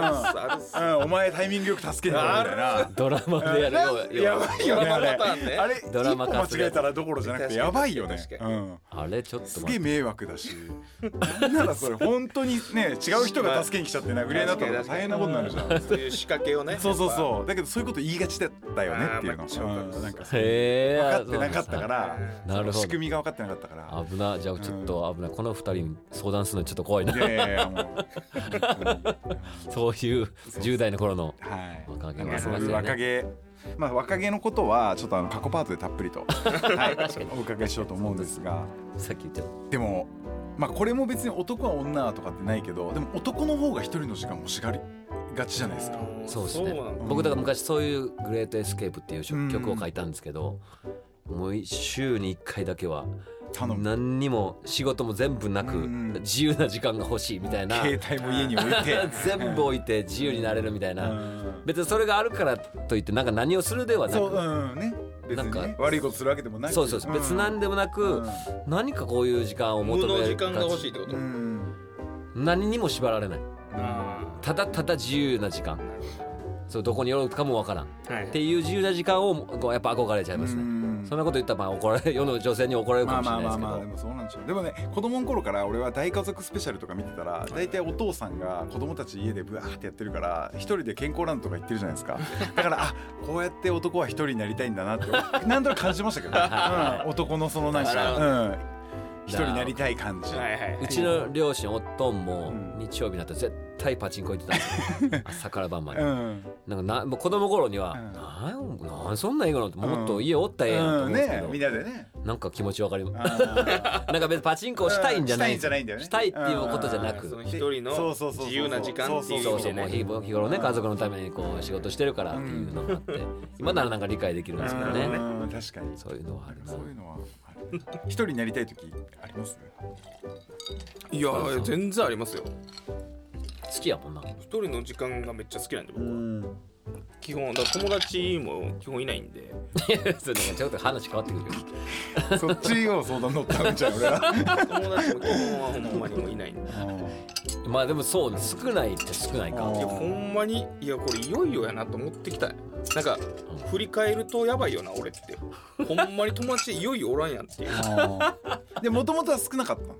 Speaker 3: ある
Speaker 1: うんお前タイミングよく助けに来いみたいな
Speaker 2: ドラマでやるようよう
Speaker 1: やばいよねあれ
Speaker 3: ドラマパターンね
Speaker 1: あれ
Speaker 2: ドラマ化
Speaker 1: 一歩間
Speaker 2: する
Speaker 1: 違
Speaker 2: や
Speaker 1: え
Speaker 2: つ
Speaker 1: たらどころじゃなくてやばいよね
Speaker 3: 確かに
Speaker 1: うん
Speaker 2: あれちょっと
Speaker 1: す
Speaker 2: 待
Speaker 1: げえ
Speaker 2: って
Speaker 1: 迷惑だしなんならそれ本当にね違う人が助けに来ちゃって殴り合いになったら大変なことになるじゃん
Speaker 3: そういう仕掛けをね
Speaker 1: そうそう
Speaker 3: う
Speaker 1: そうだけどそういうこと言いがちだったよねっていうの
Speaker 3: あーまあ
Speaker 1: うんなんか分
Speaker 2: へえ
Speaker 1: かってなかったから
Speaker 2: なるほど
Speaker 1: 仕組みが分かってなかったから
Speaker 2: 危なじゃあちょっと危ないこの二人に相談するのちょっと怖いない
Speaker 1: やいやいやもう
Speaker 2: そういう10代の頃の
Speaker 1: はい
Speaker 2: 若気
Speaker 1: なん
Speaker 2: もありま
Speaker 1: か
Speaker 2: す
Speaker 1: そう
Speaker 2: よ
Speaker 1: いう若
Speaker 2: ね
Speaker 1: 気まあ若気のことはちょっとあの過去パートでたっぷり とはいちょっとお伺いしようと思うんですが
Speaker 2: さっき言ってた
Speaker 1: でもまあこれも別に男は女はとかってないけどでも男の方が一人の時間欲しがりがちじゃないですか
Speaker 2: そうですね
Speaker 3: なの
Speaker 2: 僕だから昔そういう「グレートエスケープ」っていう
Speaker 1: うん
Speaker 2: 曲を書いたんですけどもう週に1回だけは
Speaker 1: 頼む
Speaker 2: 何にも仕事も全部なく
Speaker 1: うん
Speaker 2: 自由な時間が欲しいみたいな
Speaker 1: 携帯も家に置いて
Speaker 2: 全部置いて自由になれるみたい
Speaker 1: うん
Speaker 2: な別にそれがあるからといってなんか何をするではな
Speaker 1: そう
Speaker 2: く
Speaker 1: うんね別
Speaker 2: なん
Speaker 1: に
Speaker 2: か
Speaker 1: ね悪いことするわけでもない
Speaker 2: そうそうそう別なんでもな
Speaker 1: う
Speaker 2: く
Speaker 1: ん
Speaker 2: 何かこういう時間を
Speaker 3: 無
Speaker 2: 求
Speaker 3: の
Speaker 2: め
Speaker 3: 時間が欲しい
Speaker 2: る
Speaker 3: ってこと
Speaker 1: うん
Speaker 2: 何にも縛られない
Speaker 3: あ
Speaker 2: ただただ自由な時間そうどこに寄るかもわからんっ
Speaker 3: ーはい
Speaker 2: ていう自由な時間をこうやっぱ憧れちゃいます
Speaker 1: う
Speaker 2: ね
Speaker 1: ん
Speaker 2: そんなこと言ったらまあ怒られ世の女性に怒られる
Speaker 1: ま
Speaker 2: か
Speaker 1: あ
Speaker 2: もしれ
Speaker 1: ま
Speaker 2: な
Speaker 1: あますあまあで
Speaker 2: いでけど
Speaker 1: もそうなんでしょうでもね子供の頃から俺は大家族スペシャルとか見てたら大体お父さんが子供たち家でブワーってやってるから一人で健康ランドとか行ってるじゃないですかだからあこうやって男は一人になりたいんだなって なんとなく感じましたけど、うん、男のそのなんか、うん、一人になりたい感じ、
Speaker 3: はいはいう
Speaker 2: ちの両親おっとんも
Speaker 1: うん
Speaker 2: 日曜日になったら絶対パチンコ行ってたんですよ朝から晩ま
Speaker 1: う
Speaker 2: で
Speaker 1: ん
Speaker 2: なんかなもう子供頃には
Speaker 1: うん
Speaker 2: なんなんそんなんいいかなってもっと家おったらええやんと思
Speaker 1: う
Speaker 2: うんんですけ
Speaker 1: ねみん
Speaker 2: ど
Speaker 1: なでね
Speaker 2: なんか気持ちわかりま
Speaker 1: あ
Speaker 2: なんか別にパチンコをしたいんじゃない
Speaker 1: うんしたいんじゃないんだよね
Speaker 2: したいっていうことじゃな
Speaker 3: そ
Speaker 2: く
Speaker 3: の一人の自由な時間っていう意
Speaker 2: そう
Speaker 3: 味
Speaker 2: そ
Speaker 3: で
Speaker 2: うもう
Speaker 3: ね
Speaker 2: 日頃日頃ね家族のためにこう仕事してるからっていうのもあって今ならなんか理解できるんですけど
Speaker 1: ー
Speaker 2: ね
Speaker 1: うん確かに
Speaker 2: そういうのはあるな
Speaker 1: そういうのはあるな一人になりたい時あります
Speaker 3: いや全然ありますよ
Speaker 2: 好きやもんな
Speaker 3: 一人の時間がめっちゃ好きなんで僕は基本だから友達も基本いないんで
Speaker 2: いやそれなんかちょっと話変わってくるけど
Speaker 1: そっちを相談乗ったんじゃん俺は。
Speaker 3: 友達も基本はほんまにもういないんで
Speaker 2: まあでもそうね少ないって少ないか
Speaker 3: いやほんまにいやこれいよいよやなと思ってきたなんか振り返るとやばいよな俺ってほんまに友達いよいよおらんやんっていう
Speaker 1: でもともとは少なかったの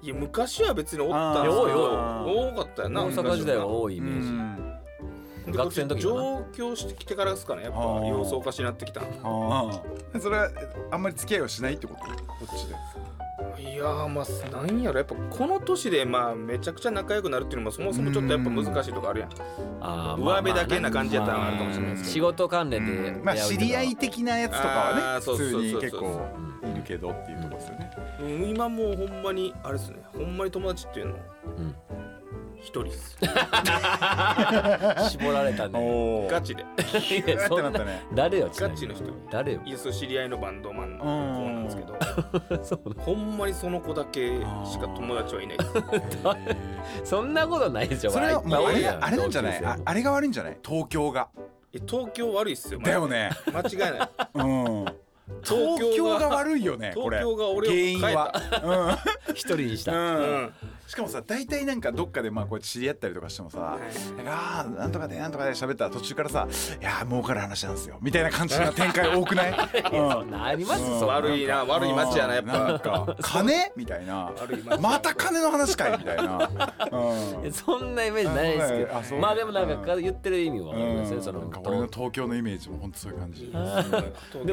Speaker 3: いや昔は別におっ
Speaker 2: い
Speaker 3: たんで
Speaker 2: や
Speaker 3: す
Speaker 2: 多い
Speaker 3: けど
Speaker 1: 多
Speaker 3: 多かったよな
Speaker 2: 大阪時代は多いイ
Speaker 1: う
Speaker 2: メージ
Speaker 1: ん
Speaker 3: で
Speaker 2: 学生の時かな
Speaker 3: 上京してきてからですかねやっぱ
Speaker 1: あー
Speaker 3: 様子おかしになってきたい
Speaker 1: ああそれはあんまり付き合いをしないってことこっちで
Speaker 3: やーまあなんやろやっぱこの年でまあめちゃくちゃ仲良くなるっていうのもそもそもちょっとやっぱ難しいとこあるやん
Speaker 2: あー
Speaker 3: 上辺だけな感じやったらあるかもしれないですけ
Speaker 2: 仕
Speaker 3: ど
Speaker 2: 事関連で
Speaker 1: まあ知り合い
Speaker 2: 出会う
Speaker 1: 的なやつとか
Speaker 3: あ
Speaker 1: は
Speaker 3: ー
Speaker 1: ね
Speaker 3: そう
Speaker 1: 普
Speaker 3: そう
Speaker 1: 通
Speaker 3: そうそう
Speaker 1: に結構いるけどっていうとこですよね
Speaker 3: うん今もうほんまにあれですねほんまに友達っていうの
Speaker 2: ん
Speaker 3: 一人っす
Speaker 2: とか絞られた ね
Speaker 1: おお
Speaker 3: ガ チで
Speaker 2: いやそんな
Speaker 1: ってなったね
Speaker 2: 誰よちなみ
Speaker 3: ガチの人
Speaker 2: に誰よ
Speaker 3: いやそう知り合いのバンドマンの子なんですけど
Speaker 2: そう
Speaker 3: ほんまにその子だけしか友達はいないです
Speaker 2: そんなことないでしょ
Speaker 1: それはもうあ
Speaker 2: 笑い
Speaker 1: れ
Speaker 2: っぱいお
Speaker 1: があれなんじゃな
Speaker 2: 同
Speaker 1: い
Speaker 2: 級生
Speaker 1: ああれが悪いんじゃない東京が
Speaker 3: え東京悪いっすよマジ
Speaker 1: だ
Speaker 3: で
Speaker 1: よ ね
Speaker 3: 間違いない
Speaker 1: うん
Speaker 3: 東
Speaker 1: 東
Speaker 3: 京
Speaker 1: 京
Speaker 3: が
Speaker 1: が悪いよねこれ
Speaker 3: 東京が俺
Speaker 1: 原
Speaker 3: を変え
Speaker 1: 因
Speaker 3: た
Speaker 1: は
Speaker 2: 一人にし
Speaker 1: う
Speaker 2: た
Speaker 1: ん
Speaker 3: う
Speaker 1: うん
Speaker 3: ん
Speaker 1: しかもさ大体なんかどっかでまあこう知り合ったりとかしてもさ「なんかあーなんとかでなんとかで」喋ったら途中からさ「いやー儲かる話なんですよ」みたいな感じの展開多くない うん
Speaker 2: あります
Speaker 1: うん
Speaker 2: そんな
Speaker 3: 悪いな悪い街やなやっ
Speaker 1: なん
Speaker 3: ぱ
Speaker 1: か金みたいな
Speaker 3: 悪い街
Speaker 1: また金の話かいみたい な、うん
Speaker 2: そんなイメージないですけ
Speaker 1: あそうだ
Speaker 2: ど
Speaker 1: よ
Speaker 2: まあでもなんかか言ってる意味はあります
Speaker 1: う
Speaker 2: ね
Speaker 1: ん
Speaker 2: その
Speaker 1: なんか俺の東京のイメージも本当そういう感じ
Speaker 2: でも
Speaker 3: 東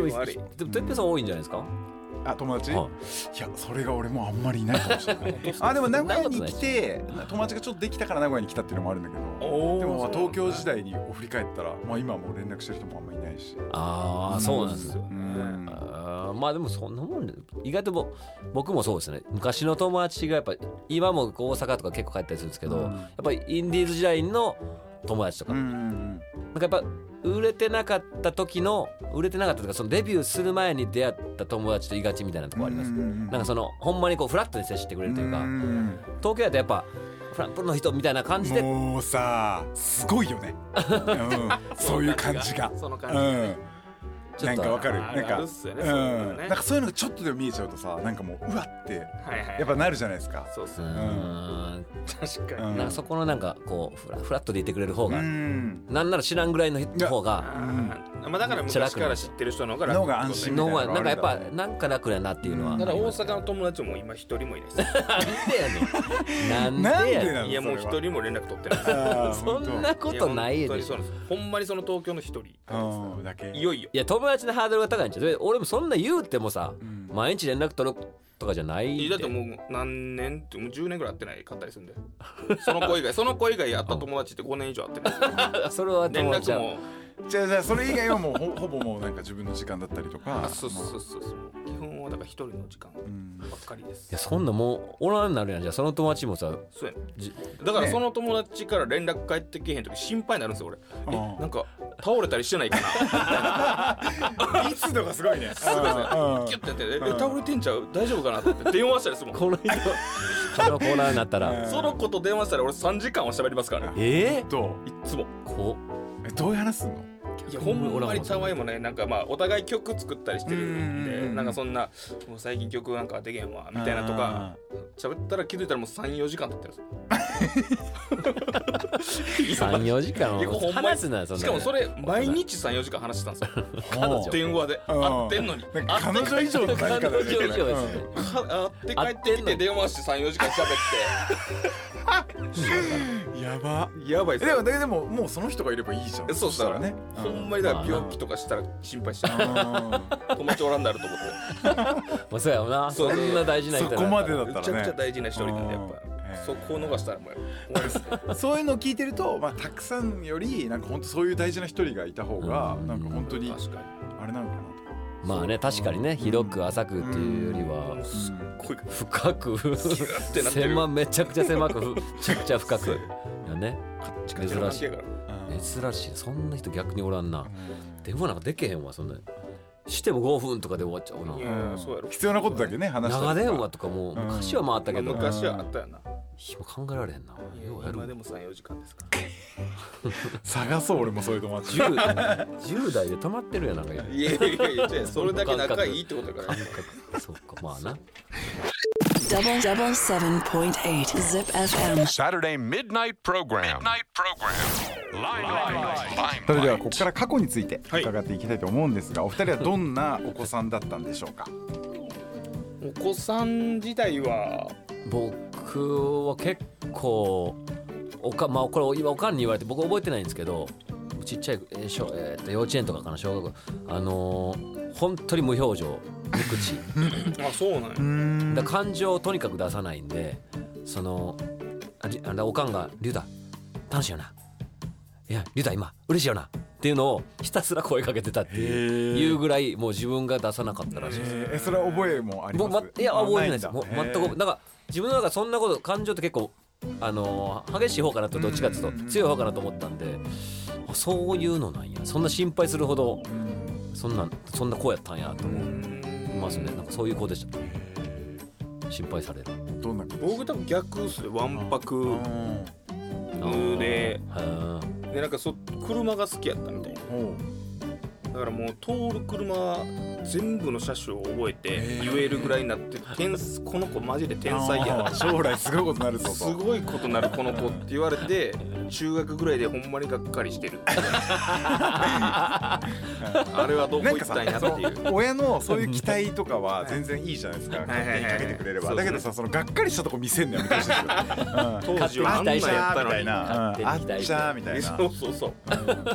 Speaker 3: 京悪い
Speaker 2: でもてっぺいさん多いんじゃないですか
Speaker 1: あ友達、、
Speaker 2: はい
Speaker 1: やそれが俺もうあんまりいないかもしれ ないあでも名古屋に来て友達がちょっとできたから名古屋に来たっていうのもあるんだけ
Speaker 3: おー
Speaker 1: どでもまあ東京時代に振り返ったら、まあ、今はもう連絡してる人もあんまりいないし、
Speaker 2: ああそうなんですよ
Speaker 1: うん
Speaker 2: あーまあでもそんなもんで意外とぼ僕もそうですね昔の友達がやっぱ今も大阪とか結構帰ったりするんですけど、
Speaker 1: うん
Speaker 2: やっぱりインディーズ時代の友達とか、
Speaker 1: うんう
Speaker 2: なん
Speaker 1: ん
Speaker 2: かやっぱ売れてなかった時の売れてなかったとかそのデビューする前に出会った友達といがちみたいなとこあります、
Speaker 1: うん
Speaker 2: なんかそのほんまにこうフラットに接してくれるというか、
Speaker 1: うん
Speaker 2: 東京やとやっぱフランプの人みたいな感じで
Speaker 1: もうさすごいよね、うん、そういう感じが。
Speaker 3: その感じがね
Speaker 1: うん、
Speaker 2: ちょ
Speaker 1: な
Speaker 2: っと
Speaker 1: んかわかる
Speaker 3: あ
Speaker 1: なん
Speaker 3: る
Speaker 1: か
Speaker 3: あるっすよね
Speaker 1: う
Speaker 3: そういうの
Speaker 1: ん
Speaker 3: ね
Speaker 1: なんかそういうのがちょっとでも見えちゃうとさなんかもううわってや
Speaker 3: はいはい
Speaker 1: っぱなるじゃないですか
Speaker 3: そうっす
Speaker 2: う
Speaker 3: ね
Speaker 2: ーん
Speaker 3: 確かに
Speaker 1: うん
Speaker 2: なんかそこのなんかこうフラフラットでいてくれる方
Speaker 1: う
Speaker 2: が、
Speaker 1: ん
Speaker 2: なんなら知らんぐらいの人方が
Speaker 3: あーまあだから昔から知ってる人の方が楽
Speaker 1: の方が安心
Speaker 2: の方が
Speaker 1: み
Speaker 2: な
Speaker 1: たいな
Speaker 2: んかや
Speaker 1: のがあ
Speaker 2: っぱ
Speaker 1: るんだろうね
Speaker 2: なんか楽 やなっていうのは、
Speaker 3: だから大阪の友達も今一人もいないです
Speaker 2: なんで
Speaker 1: な
Speaker 2: や
Speaker 1: ん
Speaker 2: ね
Speaker 1: で
Speaker 2: ん
Speaker 1: なの
Speaker 3: いやもう一
Speaker 1: それ
Speaker 3: 人も連絡取ってないです
Speaker 1: はあー
Speaker 2: そんなことないで
Speaker 3: や本当に
Speaker 2: し
Speaker 3: そ
Speaker 2: ょ
Speaker 3: うなんですほんまにその東京の一人
Speaker 1: 本当うんだけ
Speaker 3: いよいよ
Speaker 2: いや友達のハードルが高いんちゃう俺もそんな言うてもさ、毎日連絡取るとかじゃない
Speaker 3: い
Speaker 2: ん
Speaker 3: や
Speaker 2: で
Speaker 3: だってもう何年ってもう10年ぐらい会ってないかったりするんでその子以外その子以外会った友達って5年以上会ってないで す
Speaker 2: それは
Speaker 3: 連
Speaker 2: 友達じ
Speaker 3: 絡
Speaker 2: ゃ
Speaker 3: も
Speaker 1: じゃあじゃあそれ以外はもうほ ほぼもうなんか自分の時間だったりとか
Speaker 3: あそうそうそうそう基本はだから一人の時間ばっかりです
Speaker 2: いやそんなもうおらんなるやんじゃあその友達もさ
Speaker 3: そうやねだからその友達から連絡返ってけへん時心配になるんですよ俺
Speaker 1: あ
Speaker 3: えなんか倒れたりしてないか
Speaker 1: 密度がすごいね
Speaker 3: なキュッてやってええ倒れてんちゃう大丈夫かなと思って電話したりするもん
Speaker 2: この 人このコーナーになったら
Speaker 3: その子と電話したら俺3時間は喋りますからね
Speaker 2: え
Speaker 1: ど
Speaker 3: いっつも
Speaker 2: ー、こ
Speaker 1: うえどういう話すんの
Speaker 3: いやほんまにたわいもねなんかまあお互い曲作ったりしてるん
Speaker 1: うんうんう
Speaker 3: で
Speaker 1: ん
Speaker 3: なんかそんな「もう最近曲なんかでけへんわ」みたいなとか喋ったら気づいたらもう34時間経ってる
Speaker 2: う34時間
Speaker 3: いやほんまに
Speaker 2: 話すなそんな
Speaker 3: しかもそれ毎日34時間話してたんですよ
Speaker 1: 彼
Speaker 2: 女
Speaker 3: 電話で
Speaker 1: うん
Speaker 3: 会ってんのに
Speaker 1: なんか彼女以上の
Speaker 2: 彼
Speaker 1: 何かだ
Speaker 2: 女
Speaker 1: よ
Speaker 2: 以
Speaker 1: ね
Speaker 2: 上ですね、
Speaker 3: か会って帰ってきて電話して34時間喋
Speaker 1: これやば
Speaker 3: ってやばい
Speaker 1: え
Speaker 3: っす
Speaker 1: で
Speaker 3: よ
Speaker 1: もでももうその人がいればいいじゃん
Speaker 3: そうしたら
Speaker 1: ね
Speaker 3: ねほんまにだから病気とかしたら心配して
Speaker 1: うん
Speaker 3: 友達おらんなると思って
Speaker 2: まあ、そうやろな
Speaker 3: そ
Speaker 2: そう
Speaker 3: そうん
Speaker 2: な大事な
Speaker 1: そ
Speaker 2: 人
Speaker 1: こまでだっ
Speaker 3: め
Speaker 1: た
Speaker 3: ちゃく
Speaker 1: ら
Speaker 3: ちゃ
Speaker 1: ね
Speaker 3: 大事な一人なんでやっ
Speaker 1: うんへ
Speaker 3: ぱ
Speaker 1: ー
Speaker 3: そこを逃したらもう終わりっすね
Speaker 1: そういうのを聞いてると、まあ、たくさんよりなんか本当そういう大事な一人がいた方が
Speaker 2: うん
Speaker 1: なんか本当に
Speaker 3: 確かに
Speaker 1: あれなのかなとか
Speaker 2: まあね確かにね広く浅くっていうよりは、
Speaker 3: もうすっごい
Speaker 2: 深く
Speaker 3: てなってる
Speaker 2: 狭めちゃくちゃ狭くめちゃくちゃ深くやね珍
Speaker 3: 関
Speaker 2: し
Speaker 3: 係
Speaker 2: い
Speaker 3: やから
Speaker 2: 珍しいそんな人逆におらんな電話なんかでけへんわそんなしても5分とかで終わっちゃう
Speaker 3: い
Speaker 2: な
Speaker 3: やそうやろ
Speaker 1: 必要なことだけね話した
Speaker 2: 長
Speaker 1: りと
Speaker 2: 電
Speaker 1: か
Speaker 2: 話とかも昔は回ったけど
Speaker 3: まあ昔はあったよな
Speaker 2: 今考えられへんなようや
Speaker 3: 今
Speaker 2: る
Speaker 3: でも34時間ですから
Speaker 1: 探そう俺もそういう友達
Speaker 2: 10, 10代で止まってるやんなんか今
Speaker 3: いやいやいやいやそれだけ仲いいってことだから
Speaker 2: そうかまあな
Speaker 7: Double double seven point eight Zip FM.
Speaker 8: Saturday midnight program. Midnight program. Limelight.
Speaker 1: それではこ
Speaker 8: Limelight.
Speaker 1: こから過去について伺っていきたいと思うんですが、お二人はどんなお子さんだったんでしょうか
Speaker 3: お子さん自体は
Speaker 2: 僕は結構おかまあこれ今おかんに言われて僕覚えてないんですけどちっちゃい、えー小えーっと幼稚園とかかな小学校あのー本当に無表情無口
Speaker 3: あそうなんや
Speaker 2: だから感情をとにかく出さないんでそのあじあだおかんが「龍太楽しいよないや龍太今嬉しいよな」っていうのをひたすら声かけてたっていういうぐらいもう自分が出さなかったらしいです。
Speaker 1: えーそれは覚えもあります
Speaker 2: 僕まいや
Speaker 1: あ
Speaker 2: 覚えてないです
Speaker 1: んだ
Speaker 2: もう
Speaker 1: へ
Speaker 2: 全
Speaker 1: ー
Speaker 2: くだから自分の中でそんなこと感情って結構あのー激しい方かなとどっちかっていうと強い方かなと思ったんであそういうのなんやそんな心配するほどそんなんそんな子やったんやと思いますねなんかそういう子でした心配される
Speaker 1: どんな子
Speaker 3: 僕多分逆っすねわんぱくで
Speaker 2: は
Speaker 3: でなんかそ車が好きやったみたいな
Speaker 1: ほ
Speaker 3: だからもう通る車全部の車種を覚えて言えるぐらいになって天才この子マジで天才や
Speaker 1: う将来すごいことになるぞ
Speaker 3: す
Speaker 1: と
Speaker 3: ごいことなるこの子って言われて中学ぐらいでほんまにがっかりしてるあれはどこ
Speaker 1: なん
Speaker 3: 行
Speaker 1: か
Speaker 3: っ
Speaker 1: さ
Speaker 3: たんやって
Speaker 1: そ
Speaker 3: いう
Speaker 1: の親のそういう期待とかは全然いいじゃないですか
Speaker 3: い
Speaker 1: 勝手にかけてくれれば
Speaker 3: はい
Speaker 1: だ
Speaker 3: は
Speaker 1: け
Speaker 3: いはい
Speaker 1: どさそのがっかりしたとこ見せんのやめてほしい ですよ
Speaker 3: 当時はあんな
Speaker 1: あ
Speaker 3: ん
Speaker 1: っ
Speaker 3: や
Speaker 1: ち
Speaker 3: っ
Speaker 1: ゃー
Speaker 3: た
Speaker 1: みた
Speaker 3: の
Speaker 1: い
Speaker 3: に
Speaker 1: なうんあ
Speaker 2: 勝手に期待し
Speaker 1: っ
Speaker 2: て
Speaker 1: ちゃーみたいな
Speaker 3: そうそうそう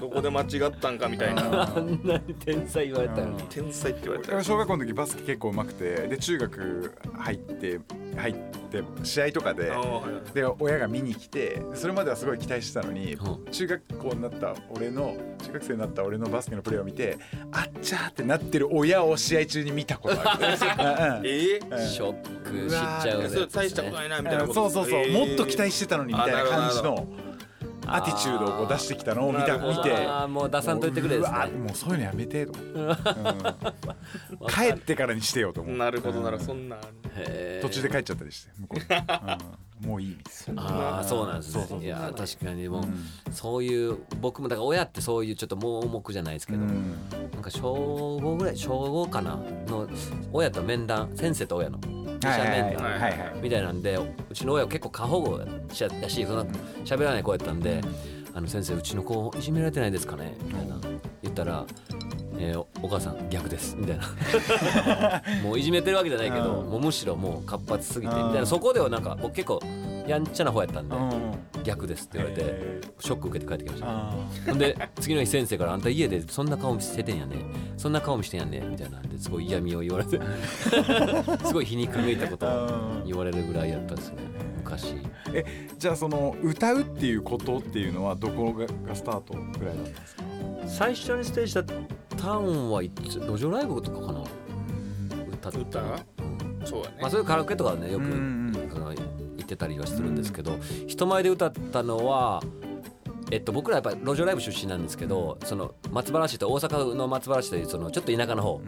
Speaker 3: どこで間違ったんかみたいな
Speaker 2: あんなに天才言われたのに
Speaker 3: 天才って言われた
Speaker 1: 俺
Speaker 3: ら
Speaker 1: は小学校の時バスケ結構うまくてで中学入って入って試合とかで
Speaker 3: ああはいはい
Speaker 1: で親が見に来てそれまではすごい期待してたのに、
Speaker 2: う
Speaker 1: 中学校になった俺の中学生になった俺のバスケのプレーを見てあっちゃーってなってる親を試合中に見たことあるうんうん
Speaker 3: ええ
Speaker 2: ショック知っちゃうやつ
Speaker 3: それ
Speaker 2: で
Speaker 3: 大し
Speaker 2: す
Speaker 3: たこと
Speaker 2: ね
Speaker 3: ないなみたいなこと
Speaker 1: そうそうそう、
Speaker 3: えー
Speaker 1: もっと期待してたのにみたいな感じ
Speaker 3: あなる
Speaker 1: のアティチュードをこう出してきたのを見
Speaker 3: な
Speaker 1: た
Speaker 3: るほど
Speaker 1: 見て
Speaker 2: あーもう出さんといてくれ
Speaker 1: もう
Speaker 2: で
Speaker 1: う
Speaker 2: す
Speaker 1: わ
Speaker 2: ね
Speaker 1: ーもうそういうのやめてと思って、うん帰ってからにしてよと思う
Speaker 3: なるほどならそんな
Speaker 2: へー
Speaker 1: 途中で帰っちゃったりして向こうに、うんもういいみたいな
Speaker 2: ああそうなんですねいや確かにもうそういう僕もだから親ってそういうちょっと盲目じゃないですけど
Speaker 1: うん
Speaker 2: なんか小5ぐらい小5かなの親と面談先生と親の二者
Speaker 1: はいはい
Speaker 2: 面
Speaker 1: はい
Speaker 2: 談
Speaker 1: はいはい
Speaker 2: みたいなんでうちの親は結構過保護やしそんな喋らない子やったんで「あの先生うちの子いじめられてないですかね?」みたいな言ったら「えーおお母さん逆です」みたいな もういじめてるわけじゃないけどもうむしろもう活発すぎてみたいなそこではなんか僕結構やんちゃな方やったんで「逆です」って言われて
Speaker 1: えー
Speaker 2: ショック受けて帰ってきました。
Speaker 1: あ
Speaker 2: ほんで次の日先生から「あんた家でそんな顔見せてんやねそんな顔見してんやね」みたいなんですごい嫌味を言われ てすごい皮肉めいたことを言われるぐらいやったですね昔
Speaker 1: ーえじゃあその歌うっていうことっていうのはどこががスタートぐらいだったんですか
Speaker 2: 最初にステージしたターンはいつ路上ライブとかかな歌って
Speaker 3: 歌
Speaker 2: ま
Speaker 3: そうやね
Speaker 2: あそういうカラオケとかねよく
Speaker 1: うん
Speaker 2: その行ってたりはするんですけど人前で歌ったのはえっと、僕らやっぱり路上ライブ出身なんですけどその松原市と大阪の松原市というそのちょっと田舎の方、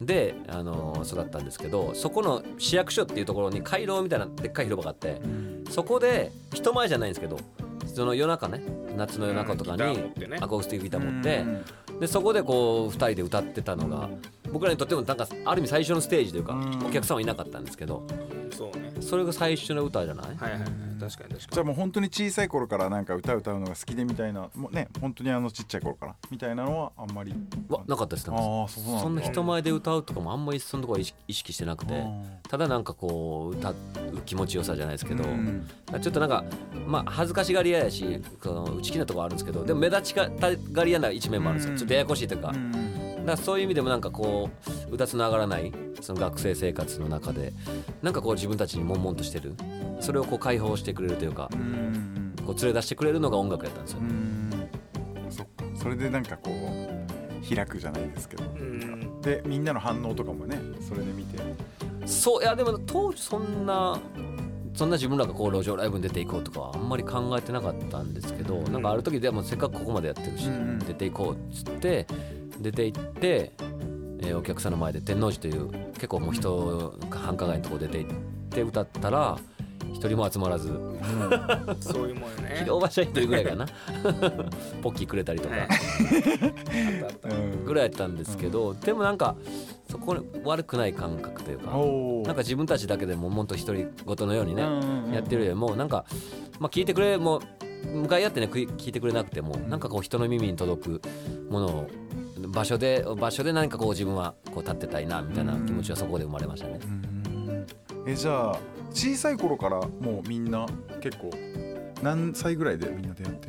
Speaker 2: で、あのー育ったんですけどそこの市役所っていうところに回廊みたいなでっかい広場があって、そこで人前じゃないんですけどその夜中ね夏の夜中とか
Speaker 3: うんギ
Speaker 2: に
Speaker 3: ター持ってね
Speaker 2: アコースティックギター持って、でそこでこう2人で歌ってたのが僕らにとってもなんかある意味最初のステージというか、お客さんはいなかったんですけど
Speaker 3: そうね
Speaker 2: それが最初の歌じゃない、
Speaker 3: はいはいはい確かに確
Speaker 1: じゃ
Speaker 3: か
Speaker 1: あもう本当に小さい頃からなんか歌歌うのが好きでみたいなもうね本当にあのちっちゃい頃からみたいなのはあんまり
Speaker 2: わなかったです
Speaker 1: あ
Speaker 2: なんか
Speaker 1: ーそうなんだ
Speaker 2: そんな人前で歌うとかもあんまりそのとこは意識意識してなくてただなんかこう歌う気持ちよさじゃないですけど、
Speaker 1: ん
Speaker 2: ちょっとなんかまあ恥ずかしがり屋やしこの内気なとこはあるんですけどでも目立ちたがり屋な一面もあるんですよちょっとややこしいというか,、だからそういう意味でもなんかこううだつの上がらないその学生生活の中でなんかこう自分たちに悶々としてるそれをこう解放してくれるというか、こう連れ出してくれるのが音楽やったんですよね。
Speaker 1: そっかそれでなんかこう開くじゃないですけど
Speaker 3: にうん
Speaker 1: でみんなの反応とかもねそれで見て
Speaker 2: そういやでも当時そんなそんな自分らがこう路上ライブに出ていこうとかはあんまり考えてなかったんですけど、なんかある時でもせっかくここまでやってるし、出ていこうっつって出て行って、えーお客さんの前で天王寺という結構もう人繁華街のとこ出て行って歌ったら一人も集まらず
Speaker 3: そういうもんよね
Speaker 2: おばしゃ一人ぐらいかなポッキーくれたりとか
Speaker 3: はい
Speaker 2: ぐらいやったんですけど、でもなんかそそこ悪くない感覚というか
Speaker 1: お
Speaker 2: なんか自分たちだけでももっと独り言のようにね、
Speaker 1: うん
Speaker 2: やってるよりもなんか、まあ、聞いてくれもう向かい合ってねくい聞いてくれなくてもなんかこう人の耳に届くものを場所で場所で何かこう自分はこう立ってたいなみたいな気持ちはそこで生まれましたね。
Speaker 1: えじゃあ小さい頃からもうみんな結構何歳ぐらいでみんな出会って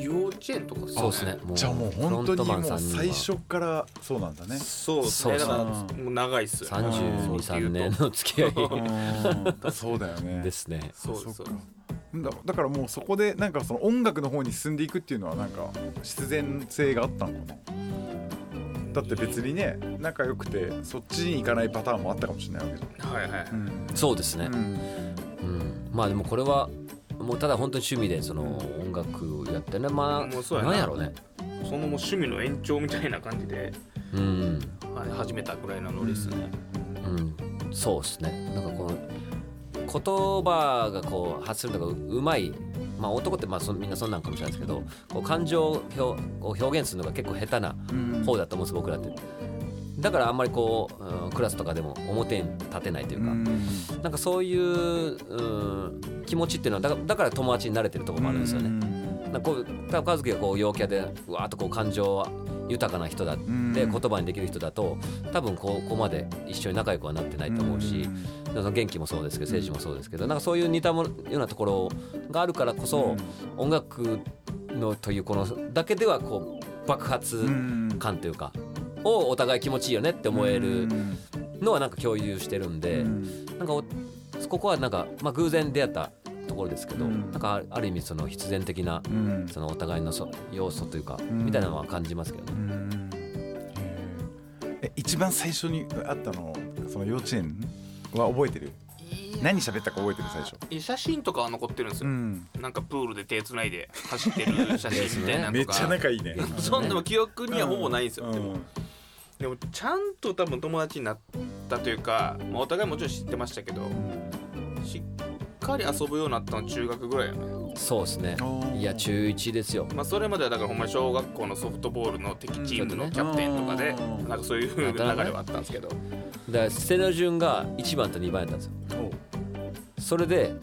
Speaker 3: 幼稚園とか
Speaker 2: そうですね。
Speaker 1: じゃあもう本当にもう最
Speaker 2: 初
Speaker 1: 初からそうなんだね
Speaker 3: そうです
Speaker 2: そう
Speaker 3: ね
Speaker 2: そ
Speaker 3: だ
Speaker 2: う
Speaker 3: からもう長いっすよ
Speaker 2: 三
Speaker 3: ね
Speaker 2: 十二三年の付き合い
Speaker 1: うんそうだよね
Speaker 2: ですね。
Speaker 3: そうで
Speaker 1: そ
Speaker 3: すそ
Speaker 1: っ
Speaker 3: う
Speaker 1: か
Speaker 3: です
Speaker 1: だだからもうそこでなんかその音楽の方に進んでいくっていうのはなんか必然性があったのかなだって別にね仲良くてそっちに行かないパターンもあったかもしれないわけじ
Speaker 3: はいはい
Speaker 1: ゃん、うん
Speaker 2: そうですね。うん、まあでもこれはもうただ本当に趣味でその音楽をやってねま
Speaker 3: もう
Speaker 2: あ
Speaker 3: そうやな
Speaker 2: なんやろうね。
Speaker 3: そのもう趣味の延長みたいな感じで、
Speaker 2: うん、
Speaker 3: はい、始めたぐらいのノリですね、
Speaker 2: うん、そうですね。なんかこの言葉がこう発するのがううまい。まあ男ってまあそみんなそんなんかもしれないですけど、こう感情を表を表現するのが結構下手な方だと思うんです僕らって。だからあんまりこう、うんクラスとかでも表に立てないというか、なんかそういう、うん、気持ちっていうのはだからだから友達になれてるところもあるんですよね。なんかこう多分和樹がこう陽キャでうわーっとこう感情豊かな人だって言葉にできる人だと多分こうここまで一緒に仲良くはなってないと思うしその元気もそうですけど政治もそうですけどなんかそういう似たものようなところがあるからこそ音楽のというこのだけではこう爆発感というかをお互い気持ちいいよねって思えるのはなんか共有してるんでなんかおここはなんか、まあ、偶然出会ったところですけどなんかある意味その必然的な
Speaker 1: うん
Speaker 2: そのお互いのそ要素というか、みたいなのは感じますけどね。
Speaker 1: うんえ一番最初に会ったのその幼稚園は覚えてる何喋ったか覚えてる最初
Speaker 3: え写真とかは残ってるんですよ、
Speaker 1: ん
Speaker 3: なんかプールで手つないで 走ってる写真みたいなのとか
Speaker 1: めっちゃ仲いいね
Speaker 3: そんなの記憶にはほぼないんですよ、で
Speaker 1: う
Speaker 3: も
Speaker 1: ん
Speaker 3: でもちゃんと多分友達になったというか、まあ、お互いもちろん知ってましたけどしっかり遊ぶようになったの中学ぐらいやね
Speaker 2: そうですね
Speaker 1: お。ー
Speaker 2: いや、中1ですよ。
Speaker 3: まあそれまではだからほんまに小学校のソフトボールの敵チームのキャプテンとかで
Speaker 1: うん
Speaker 3: なんかそういう流れはあったんですけど
Speaker 2: だから、ステレオ順が1番と2番やったんですよ。それで、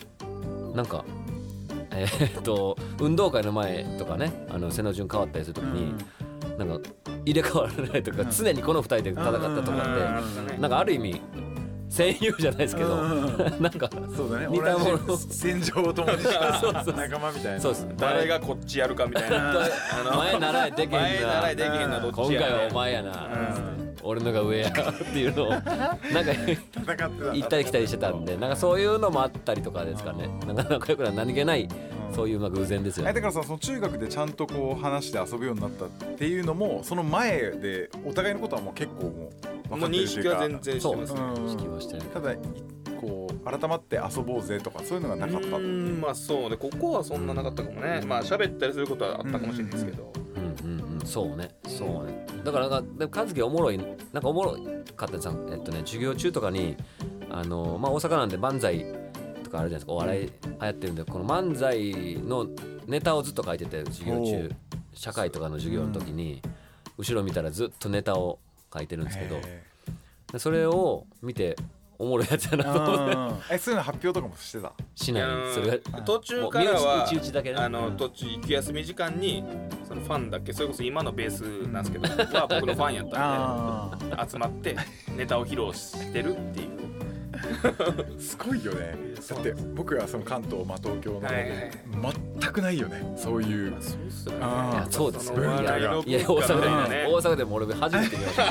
Speaker 2: なんか、えーっと、運動会の前とかね、あの、背の順変わったりするときに、なんか、入れ替わらないとか、常にこの2人で戦ったとかって、なんかある意味、戦友じゃないですけど、 なんか、
Speaker 1: そうだね
Speaker 2: 似たもの
Speaker 1: 同じ戦場を共にした仲間みたいな
Speaker 2: そうです。
Speaker 3: 誰がこっちやるかみたいなあの
Speaker 2: 前習いでけへんな
Speaker 3: 前習いでけへんなどっ
Speaker 2: 今
Speaker 3: ちや
Speaker 2: 回は
Speaker 3: ね
Speaker 2: お前やな、俺のが上やっていうのをなんか
Speaker 1: 戦ってたんだ
Speaker 2: 行ったり来たりしてたんでなんかそういうのもあったりとかですかねなんか仲良くな何気ないそういうまあ偶然ですよ
Speaker 1: え
Speaker 2: ね
Speaker 1: だからさその中学でちゃんとこう話して遊ぶようになったっていうのもその前でお互いのことはもう結構もう分か
Speaker 3: もう
Speaker 1: ってると
Speaker 3: 認
Speaker 1: い
Speaker 3: 識
Speaker 1: うか
Speaker 3: は全然してますね
Speaker 1: うん
Speaker 2: 聞きましたね
Speaker 1: ただいこう改まって遊ぼうぜとかそういうのがなかった
Speaker 3: うーんまあそうでここはそんななかったかもね、まあ喋ったりすることはあったかもしれないですけど、
Speaker 2: うんうんうんそうねそうねだからなんかでも和樹おもろいなんかおもろかったさえっとね授業中とかにあのまあ大阪なんで漫才とかあるじゃないですかお笑い流行ってるんでこの漫才のネタをずっと書いてて授業
Speaker 1: お
Speaker 2: 中社会とかの授業の時に後ろ見たらずっとネタを書いてるんですけど
Speaker 1: へ
Speaker 2: でそれを見ておもろいやつやなと思って
Speaker 1: ーうんえそういうの発表とかもしてた
Speaker 2: しない
Speaker 3: うん
Speaker 2: それ
Speaker 3: 途中からは
Speaker 2: もう身内内々だけね
Speaker 3: あの途中行き休み時間にそのファンだっけそれこそ今のベースなんですけどは僕のファンやった
Speaker 1: あ
Speaker 3: んで集まってネタを披露してるっていう
Speaker 1: ーすごいよねだって僕はその関東まあ東京の方
Speaker 3: はいはい
Speaker 1: で全くないよねそういう
Speaker 3: そうっすよね
Speaker 2: い
Speaker 1: あ
Speaker 2: や
Speaker 1: ー
Speaker 2: そうですよ
Speaker 3: その
Speaker 2: いやい
Speaker 3: 笑い
Speaker 2: や
Speaker 3: の
Speaker 2: いや大
Speaker 3: 文化
Speaker 2: 阪で、
Speaker 3: だよね
Speaker 2: 大阪でも俺初めて見ました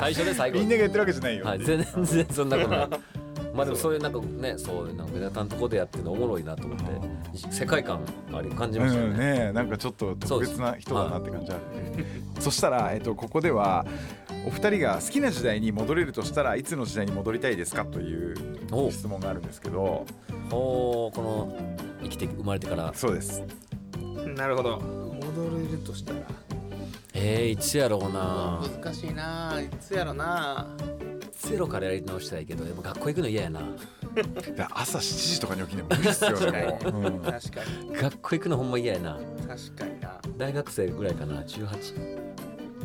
Speaker 2: 最初で最後
Speaker 1: みんながやってるわけじゃないよ
Speaker 2: はい、全然そんなことない。まあでもそういうなんかねそういうなんか目立たんとこでやってるのおもろいなと思って世界観あり感じましたよ
Speaker 1: うん
Speaker 2: ね。
Speaker 1: ねなんかちょっと特別な人だなって感じあるねそしたら、えっと、ここではお二人が好きな時代に戻れるとしたらいつの時代に戻りたいですかという
Speaker 2: おう
Speaker 1: 質問があるんですけど
Speaker 2: おーこの生きて生まれてから
Speaker 1: そうです
Speaker 3: なるほど戻れるとしたら
Speaker 2: えー、いつやろうな
Speaker 3: 難しいないつやろな
Speaker 2: ゼロからやり直したいけどやっぱ学校行くの嫌やな
Speaker 1: だから朝7時とかに起きるの無理っすよねもう、うん
Speaker 3: 確かに
Speaker 2: 学校行くのほんま嫌やな
Speaker 3: 確かにな
Speaker 2: 大学生ぐらいかな18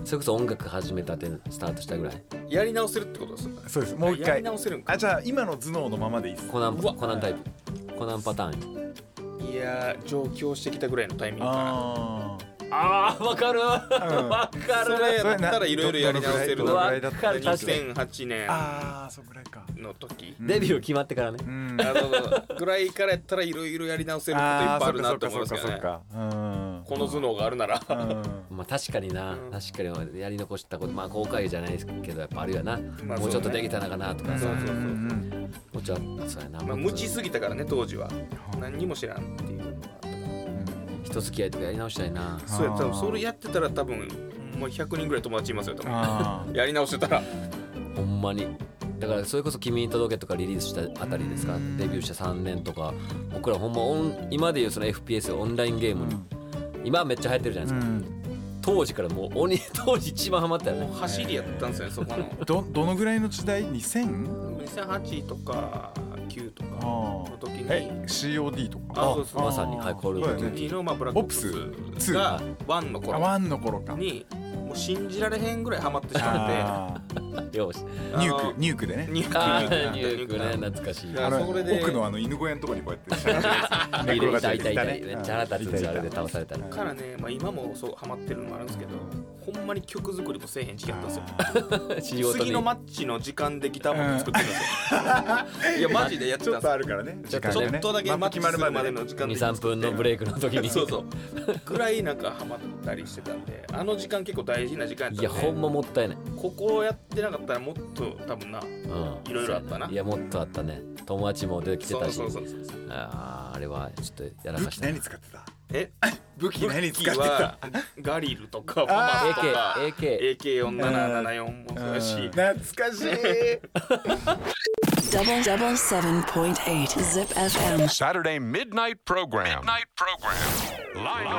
Speaker 2: それこそ音楽始めたてスタートしたぐらい
Speaker 3: やり直せるってことですよね
Speaker 1: そうですもう一
Speaker 3: や
Speaker 1: 回
Speaker 3: り直せるんか
Speaker 1: あじゃあ今の頭脳のままでいいです
Speaker 2: コナン
Speaker 3: うわ
Speaker 2: コナンタイプコナンパターン
Speaker 3: いやー上京してきたぐらいのタイミングか
Speaker 1: あ
Speaker 2: ああわかる
Speaker 1: うん
Speaker 2: わか
Speaker 3: なそれやったらいろいろやり直せる
Speaker 1: どの
Speaker 3: の
Speaker 1: ぐ
Speaker 3: が
Speaker 1: らいだったらいい
Speaker 2: わかる
Speaker 3: 2008年
Speaker 1: ああそんぐらいか
Speaker 3: の時
Speaker 2: デビュー決まってからね
Speaker 1: うん
Speaker 3: あのぐらいからやったらいろいろやり直せることいっぱ いあるなと思いますけどね
Speaker 1: あーそ
Speaker 3: この頭脳があるなら
Speaker 1: っかそっかそっかうんうん
Speaker 2: まあ確かにな
Speaker 3: うん
Speaker 2: 確かにやり残したことまあ後悔じゃないですけどやっぱあるよな
Speaker 3: まあ
Speaker 2: もうちょっとできたのかなとか
Speaker 3: そうそうそう
Speaker 1: うん
Speaker 2: もうちょっとそうやな
Speaker 3: ま
Speaker 2: も
Speaker 3: あ
Speaker 2: っ
Speaker 3: 無
Speaker 2: と
Speaker 3: 知すぎたからね当時は何にも知らんっていうのがあったから
Speaker 2: 人付き合いとかやり直したいな
Speaker 3: そうや
Speaker 1: あー
Speaker 3: 多分それやってたら多分もう100人ぐらい友達いますよ多分
Speaker 1: あー
Speaker 3: やり直してたら
Speaker 2: ほんまにだからそれこそ「君に届け」とかリリースしたあたりですか
Speaker 1: うん
Speaker 2: デビューして3年とか僕らほんまオン今でいうその FPS オンラインゲームに今めっちゃ流行ってるじゃな
Speaker 1: う
Speaker 2: いですか
Speaker 1: ん
Speaker 2: 当時からもう鬼当時一番ハマったよね
Speaker 3: 走りやったんですよねそこの
Speaker 1: どどのぐらいの時代 2000?
Speaker 3: 2008とか9とか
Speaker 1: あ
Speaker 3: の
Speaker 1: ー
Speaker 3: 時に
Speaker 1: え COD と
Speaker 3: あ
Speaker 1: か
Speaker 3: そうそう
Speaker 2: まさにはいコールオブデューティー
Speaker 3: 時のまあブラックオプス
Speaker 1: オプス
Speaker 3: が1の
Speaker 1: あ
Speaker 3: 頃
Speaker 1: ワンの頃か
Speaker 3: にもう信じられへんぐらいハマってしまっ
Speaker 1: あー
Speaker 2: よし
Speaker 3: て
Speaker 1: ニュ
Speaker 3: あの
Speaker 1: ークニュークでね
Speaker 3: ニューク
Speaker 2: あー
Speaker 3: ニュ
Speaker 2: ニ
Speaker 3: ーク
Speaker 2: ュークね懐かしい
Speaker 3: だ
Speaker 1: あ
Speaker 3: から
Speaker 1: の
Speaker 3: それで
Speaker 1: 奥のあの犬小屋のとこにこうやってしゃがんで寝
Speaker 2: い
Speaker 1: 転がっ
Speaker 2: るい
Speaker 1: て
Speaker 2: た
Speaker 1: る
Speaker 2: いたいた
Speaker 1: ね
Speaker 2: めっちゃ腹立つんですよあれで倒されたら
Speaker 3: からね、まあ、今もそうハマってるのもあるんですけどほんまに曲作りもせえへん時期やったんですよ
Speaker 2: 仕事
Speaker 3: 次
Speaker 2: に
Speaker 3: のマッチの時間でギターも作ってたんですよ、いやマジでやって
Speaker 1: ちょ
Speaker 3: たん
Speaker 1: っ
Speaker 3: です
Speaker 1: と
Speaker 3: よ
Speaker 1: あるからね
Speaker 2: ちょっと
Speaker 3: ち
Speaker 1: 時間
Speaker 3: ょ
Speaker 1: が
Speaker 3: っ
Speaker 1: ね
Speaker 3: とだけマッチするまでの時間で
Speaker 2: 23分のブレイクの時に
Speaker 3: そうそうぐらいなんかハマったりしてたんであの時間結構大事な時間やっ
Speaker 2: い
Speaker 3: たんで
Speaker 2: やほんまもったいない
Speaker 3: ここをやってなかったらもっと多分な
Speaker 2: うん
Speaker 3: いろいろあったない
Speaker 2: やもっとあったね友達も出てきてたし
Speaker 3: そうそうそうそう
Speaker 2: あーあれはちょっとやら
Speaker 1: 武
Speaker 2: か
Speaker 1: 器
Speaker 2: した
Speaker 1: 何使ってた
Speaker 3: え
Speaker 1: 武器何使ってた
Speaker 3: はガリルとかファマスと か
Speaker 2: AK
Speaker 3: AK4774 もそうやし
Speaker 1: 懐かしい
Speaker 7: Double double seven point eight Zip FM.
Speaker 8: Saturday midnight program. Midnight program. Limelight. Limelight.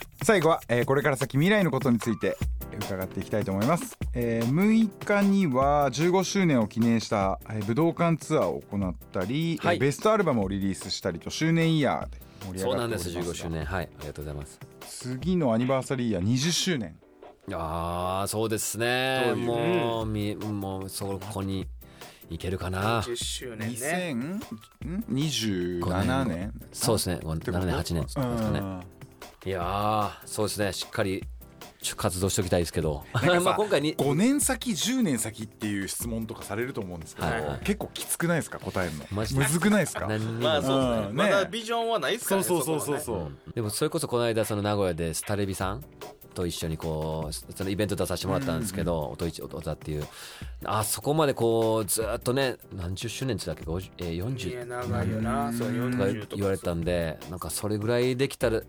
Speaker 5: 最後は、えーこれから先未来のことについて伺っていきたいと思います、えー6日には15周年を記念した、えー武道館ツアーを行ったり、
Speaker 2: はい
Speaker 5: えーベストアルバムをリリースしたりと周年イヤーで盛り上
Speaker 2: そう
Speaker 5: が
Speaker 2: な
Speaker 5: っ
Speaker 2: ん
Speaker 5: ており
Speaker 2: で
Speaker 5: ます
Speaker 2: す
Speaker 5: が
Speaker 2: 15周年はいありがとうございます
Speaker 5: 次のアニバーサリーイヤー20周年
Speaker 2: ああそうですね
Speaker 1: どういう
Speaker 2: もうみもうそこに行けるかな
Speaker 3: 10周年ね
Speaker 1: 2027年
Speaker 2: そうですね7年8年です
Speaker 1: う
Speaker 2: かね
Speaker 1: ん
Speaker 2: いやーそうですねしっかりちょ活動しておきたいですけど
Speaker 1: なん
Speaker 2: ま
Speaker 1: か
Speaker 2: あ
Speaker 1: さ
Speaker 2: 今回に
Speaker 1: 5年先10年先っていう質問とかされると思うんですけど、
Speaker 2: はいはい
Speaker 1: 結構きつくないですか答えるの
Speaker 2: マ
Speaker 1: む
Speaker 2: ジで
Speaker 1: ずくないですか
Speaker 2: 何にも
Speaker 3: まあそうですね,、
Speaker 1: うんね
Speaker 3: まだビジョンはないですか
Speaker 1: そ
Speaker 3: ら
Speaker 1: う
Speaker 3: ね
Speaker 1: そうそうそう
Speaker 3: こ
Speaker 1: そう、
Speaker 2: でもそれこそこの間その名古屋でスタレビさんと一緒にこうそのイベント出させてもらったんですけど「音一音だ」っていうあそこまでこうずっとね何十周年って言ったっけ50えー
Speaker 3: はねいや
Speaker 2: 40
Speaker 3: 長いよなそう
Speaker 2: とか
Speaker 3: 40とか
Speaker 2: 言われたんでなんかそれぐらいできたら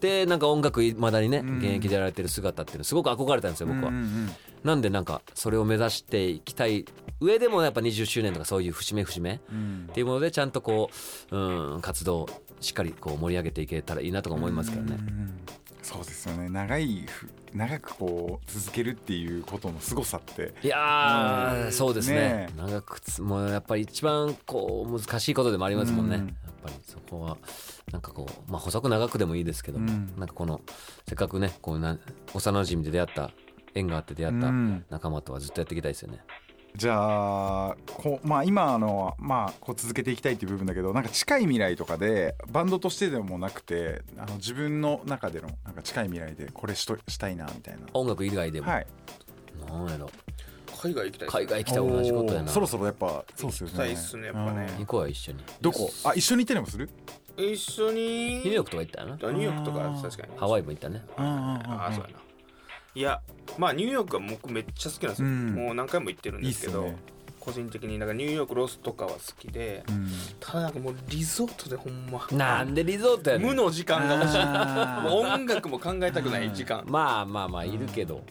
Speaker 2: でなんか音楽いまだにね
Speaker 1: ん
Speaker 2: 現役でやられてる姿っていうのすごく憧れたんですよ僕は
Speaker 1: うん。うん
Speaker 2: なんでなんかそれを目指していきたい上でもやっぱ20周年とかそういう節目節目っていうものでちゃんとこう、うん、活動をしっかりこう盛り上げていけたらいいなとか思いますけどね。
Speaker 1: そうですよね長いふ長くこう続けるっていうことの凄さって
Speaker 2: いやー、
Speaker 1: うん
Speaker 2: そうです
Speaker 1: ね
Speaker 2: ね
Speaker 1: え
Speaker 2: 長くつもうやっぱり一番こう難しいことでもありますもんね、
Speaker 1: うん
Speaker 2: やっぱりそこはなんかこう、まあ、細く長くでもいいですけども、
Speaker 1: うん
Speaker 2: なんかこのせっかくねこうな幼馴染で出会った縁があって出会った
Speaker 1: うん
Speaker 2: 仲間とはずっとやっていきたいですよね。
Speaker 1: じゃあこう、まあ、今あの、まあ、こう続けていきたいっていう部分だけどなんか近い未来とかでバンドとしてでもなくてあの自分の中でのなんか近い未来でこれしとしたいなみたいな。
Speaker 2: 音楽以外でも、
Speaker 1: はい、
Speaker 2: なんやろ
Speaker 3: 海外行きたい
Speaker 2: 海外
Speaker 3: 行
Speaker 2: 来たら同じことや
Speaker 1: おー
Speaker 2: な
Speaker 1: そろそろやっぱそうですよ
Speaker 3: き
Speaker 1: ね
Speaker 3: たいっすねやっぱね
Speaker 1: うん
Speaker 2: 行こうよ一緒に
Speaker 1: どこあ一緒に行ったりもする
Speaker 3: 一緒に
Speaker 2: ニューヨークとか行ったよな
Speaker 3: あニューヨークとか確かに
Speaker 2: ハワイも行ったね
Speaker 3: ああそうやないやまあニューヨークは僕めっちゃ好きなんですよ、
Speaker 1: うん
Speaker 3: もう何回も行ってるん
Speaker 1: いい
Speaker 3: で
Speaker 1: っ
Speaker 3: す
Speaker 1: す
Speaker 3: けど
Speaker 1: よね
Speaker 3: 個人的になんかニューヨークロスとかは好きで、
Speaker 1: うん
Speaker 3: ただなんかもうリゾートでほんま
Speaker 2: なんでリゾートやね
Speaker 3: 無
Speaker 2: ん
Speaker 3: の時間が欲しい
Speaker 1: あー
Speaker 3: もう音楽も考えたくない時間
Speaker 2: まあまあまあいるけど、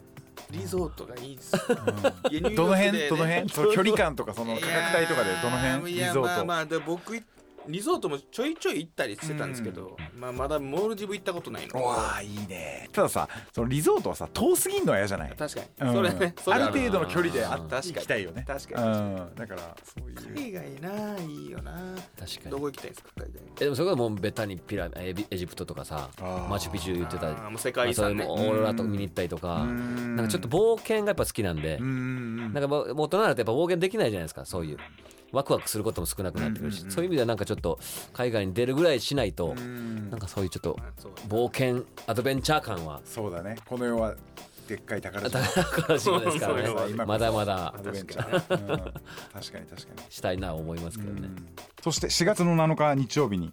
Speaker 3: リゾートがいいです、いやニュー
Speaker 1: ど
Speaker 3: ヨ
Speaker 1: の
Speaker 3: ークでね
Speaker 1: 辺どの辺その距離感とかその価格帯とかでどの辺
Speaker 3: い
Speaker 1: リ
Speaker 3: や
Speaker 1: ゾ
Speaker 3: まあ
Speaker 1: ー
Speaker 3: ま
Speaker 1: ト
Speaker 3: あで僕行っリゾートもちょいちょい行ったりしてたんですけど、まあ、まだモルジブ行ったことないの
Speaker 1: うわあいいねたださそのリゾートはさ遠すぎんのは嫌じゃない、
Speaker 3: 確かに、
Speaker 1: うん
Speaker 3: それはねそれ
Speaker 1: ある
Speaker 3: はね
Speaker 1: 程度の距離であっ
Speaker 3: 確かに
Speaker 1: 行きたいよね
Speaker 3: 確
Speaker 1: う
Speaker 3: かに
Speaker 1: んだからそういう
Speaker 3: 海外ないいよな
Speaker 2: 確か
Speaker 3: ど
Speaker 2: に
Speaker 3: こ行きたいですか海外
Speaker 2: えでもそれこそもうベタにピラミエビエジプトとかさ
Speaker 1: あー
Speaker 2: マチュピチュ言ってたり
Speaker 3: あーもう世界遺産ね
Speaker 2: まあそれもオーロラとか見に行ったりとか
Speaker 1: ん
Speaker 2: なんかちょっと冒険がやっぱ好きなんで
Speaker 1: うんうんうん
Speaker 2: なんかもうもう大人になるとやっぱ冒険できないじゃないですかそういうワクワクすることも少なくなってくるしそういう意味ではなんかちょっと海外に出るぐらいしないとなんかそういうちょっと
Speaker 3: そう
Speaker 2: 冒険アドベンチャー感は
Speaker 1: そうだねこの世はでっかい宝島
Speaker 2: 宝からしれないですから
Speaker 3: そうそう
Speaker 1: そう
Speaker 2: ねまだまだ
Speaker 1: アドベンチャー、うん、確かに確か
Speaker 2: したいな思いますけど
Speaker 1: に、う
Speaker 2: ね
Speaker 1: ん、そして4月の7日日曜日に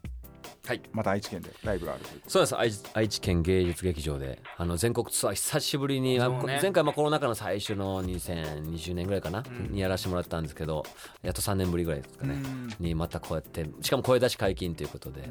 Speaker 2: はい
Speaker 1: また愛知県でライブがあるというこ
Speaker 2: そうなんです愛知愛知県芸術劇場であの全国ツアー久しぶりに、あ
Speaker 3: そうね
Speaker 2: 前回まあコロナ禍の最初の2020年ぐらいかな、にやらせてもらったんですけどやっと3年ぶりぐらいですかね、にまたこうやってしかも声出し解禁ということで、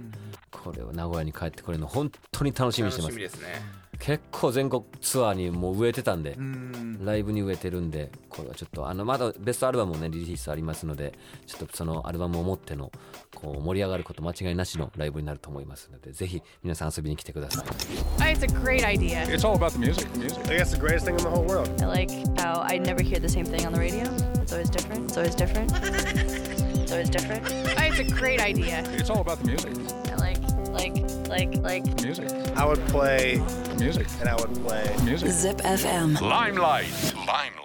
Speaker 2: これを名古屋に帰ってこれるの本当に楽しみにしてま
Speaker 3: 楽し
Speaker 2: す
Speaker 3: みですね
Speaker 2: 結構全国ツアーにもう植えてたんで、
Speaker 1: とうん
Speaker 2: ライブに植えてるんでこれはちょっとあのまだベストアルバムもねリリースありますのでちょっとそのアルバムを持ってのこう盛り上がること間違いなしのライブになると思いますのでぜひ皆さん遊びに来てください
Speaker 9: Oh, It's a great idea.
Speaker 5: It's all about the music. music.
Speaker 10: I guess the greatest thing in the whole world.
Speaker 9: I like how I never hear the same thing on the radio. It's always different. It's always different. It's always different. Oh, It's a great idea.
Speaker 5: It's all about the music.
Speaker 9: I like, like, like, like.
Speaker 5: Music.
Speaker 10: I would play
Speaker 5: Music.
Speaker 10: and I would play.
Speaker 5: Music.
Speaker 7: Zip FM.
Speaker 8: Limelight. Limelight.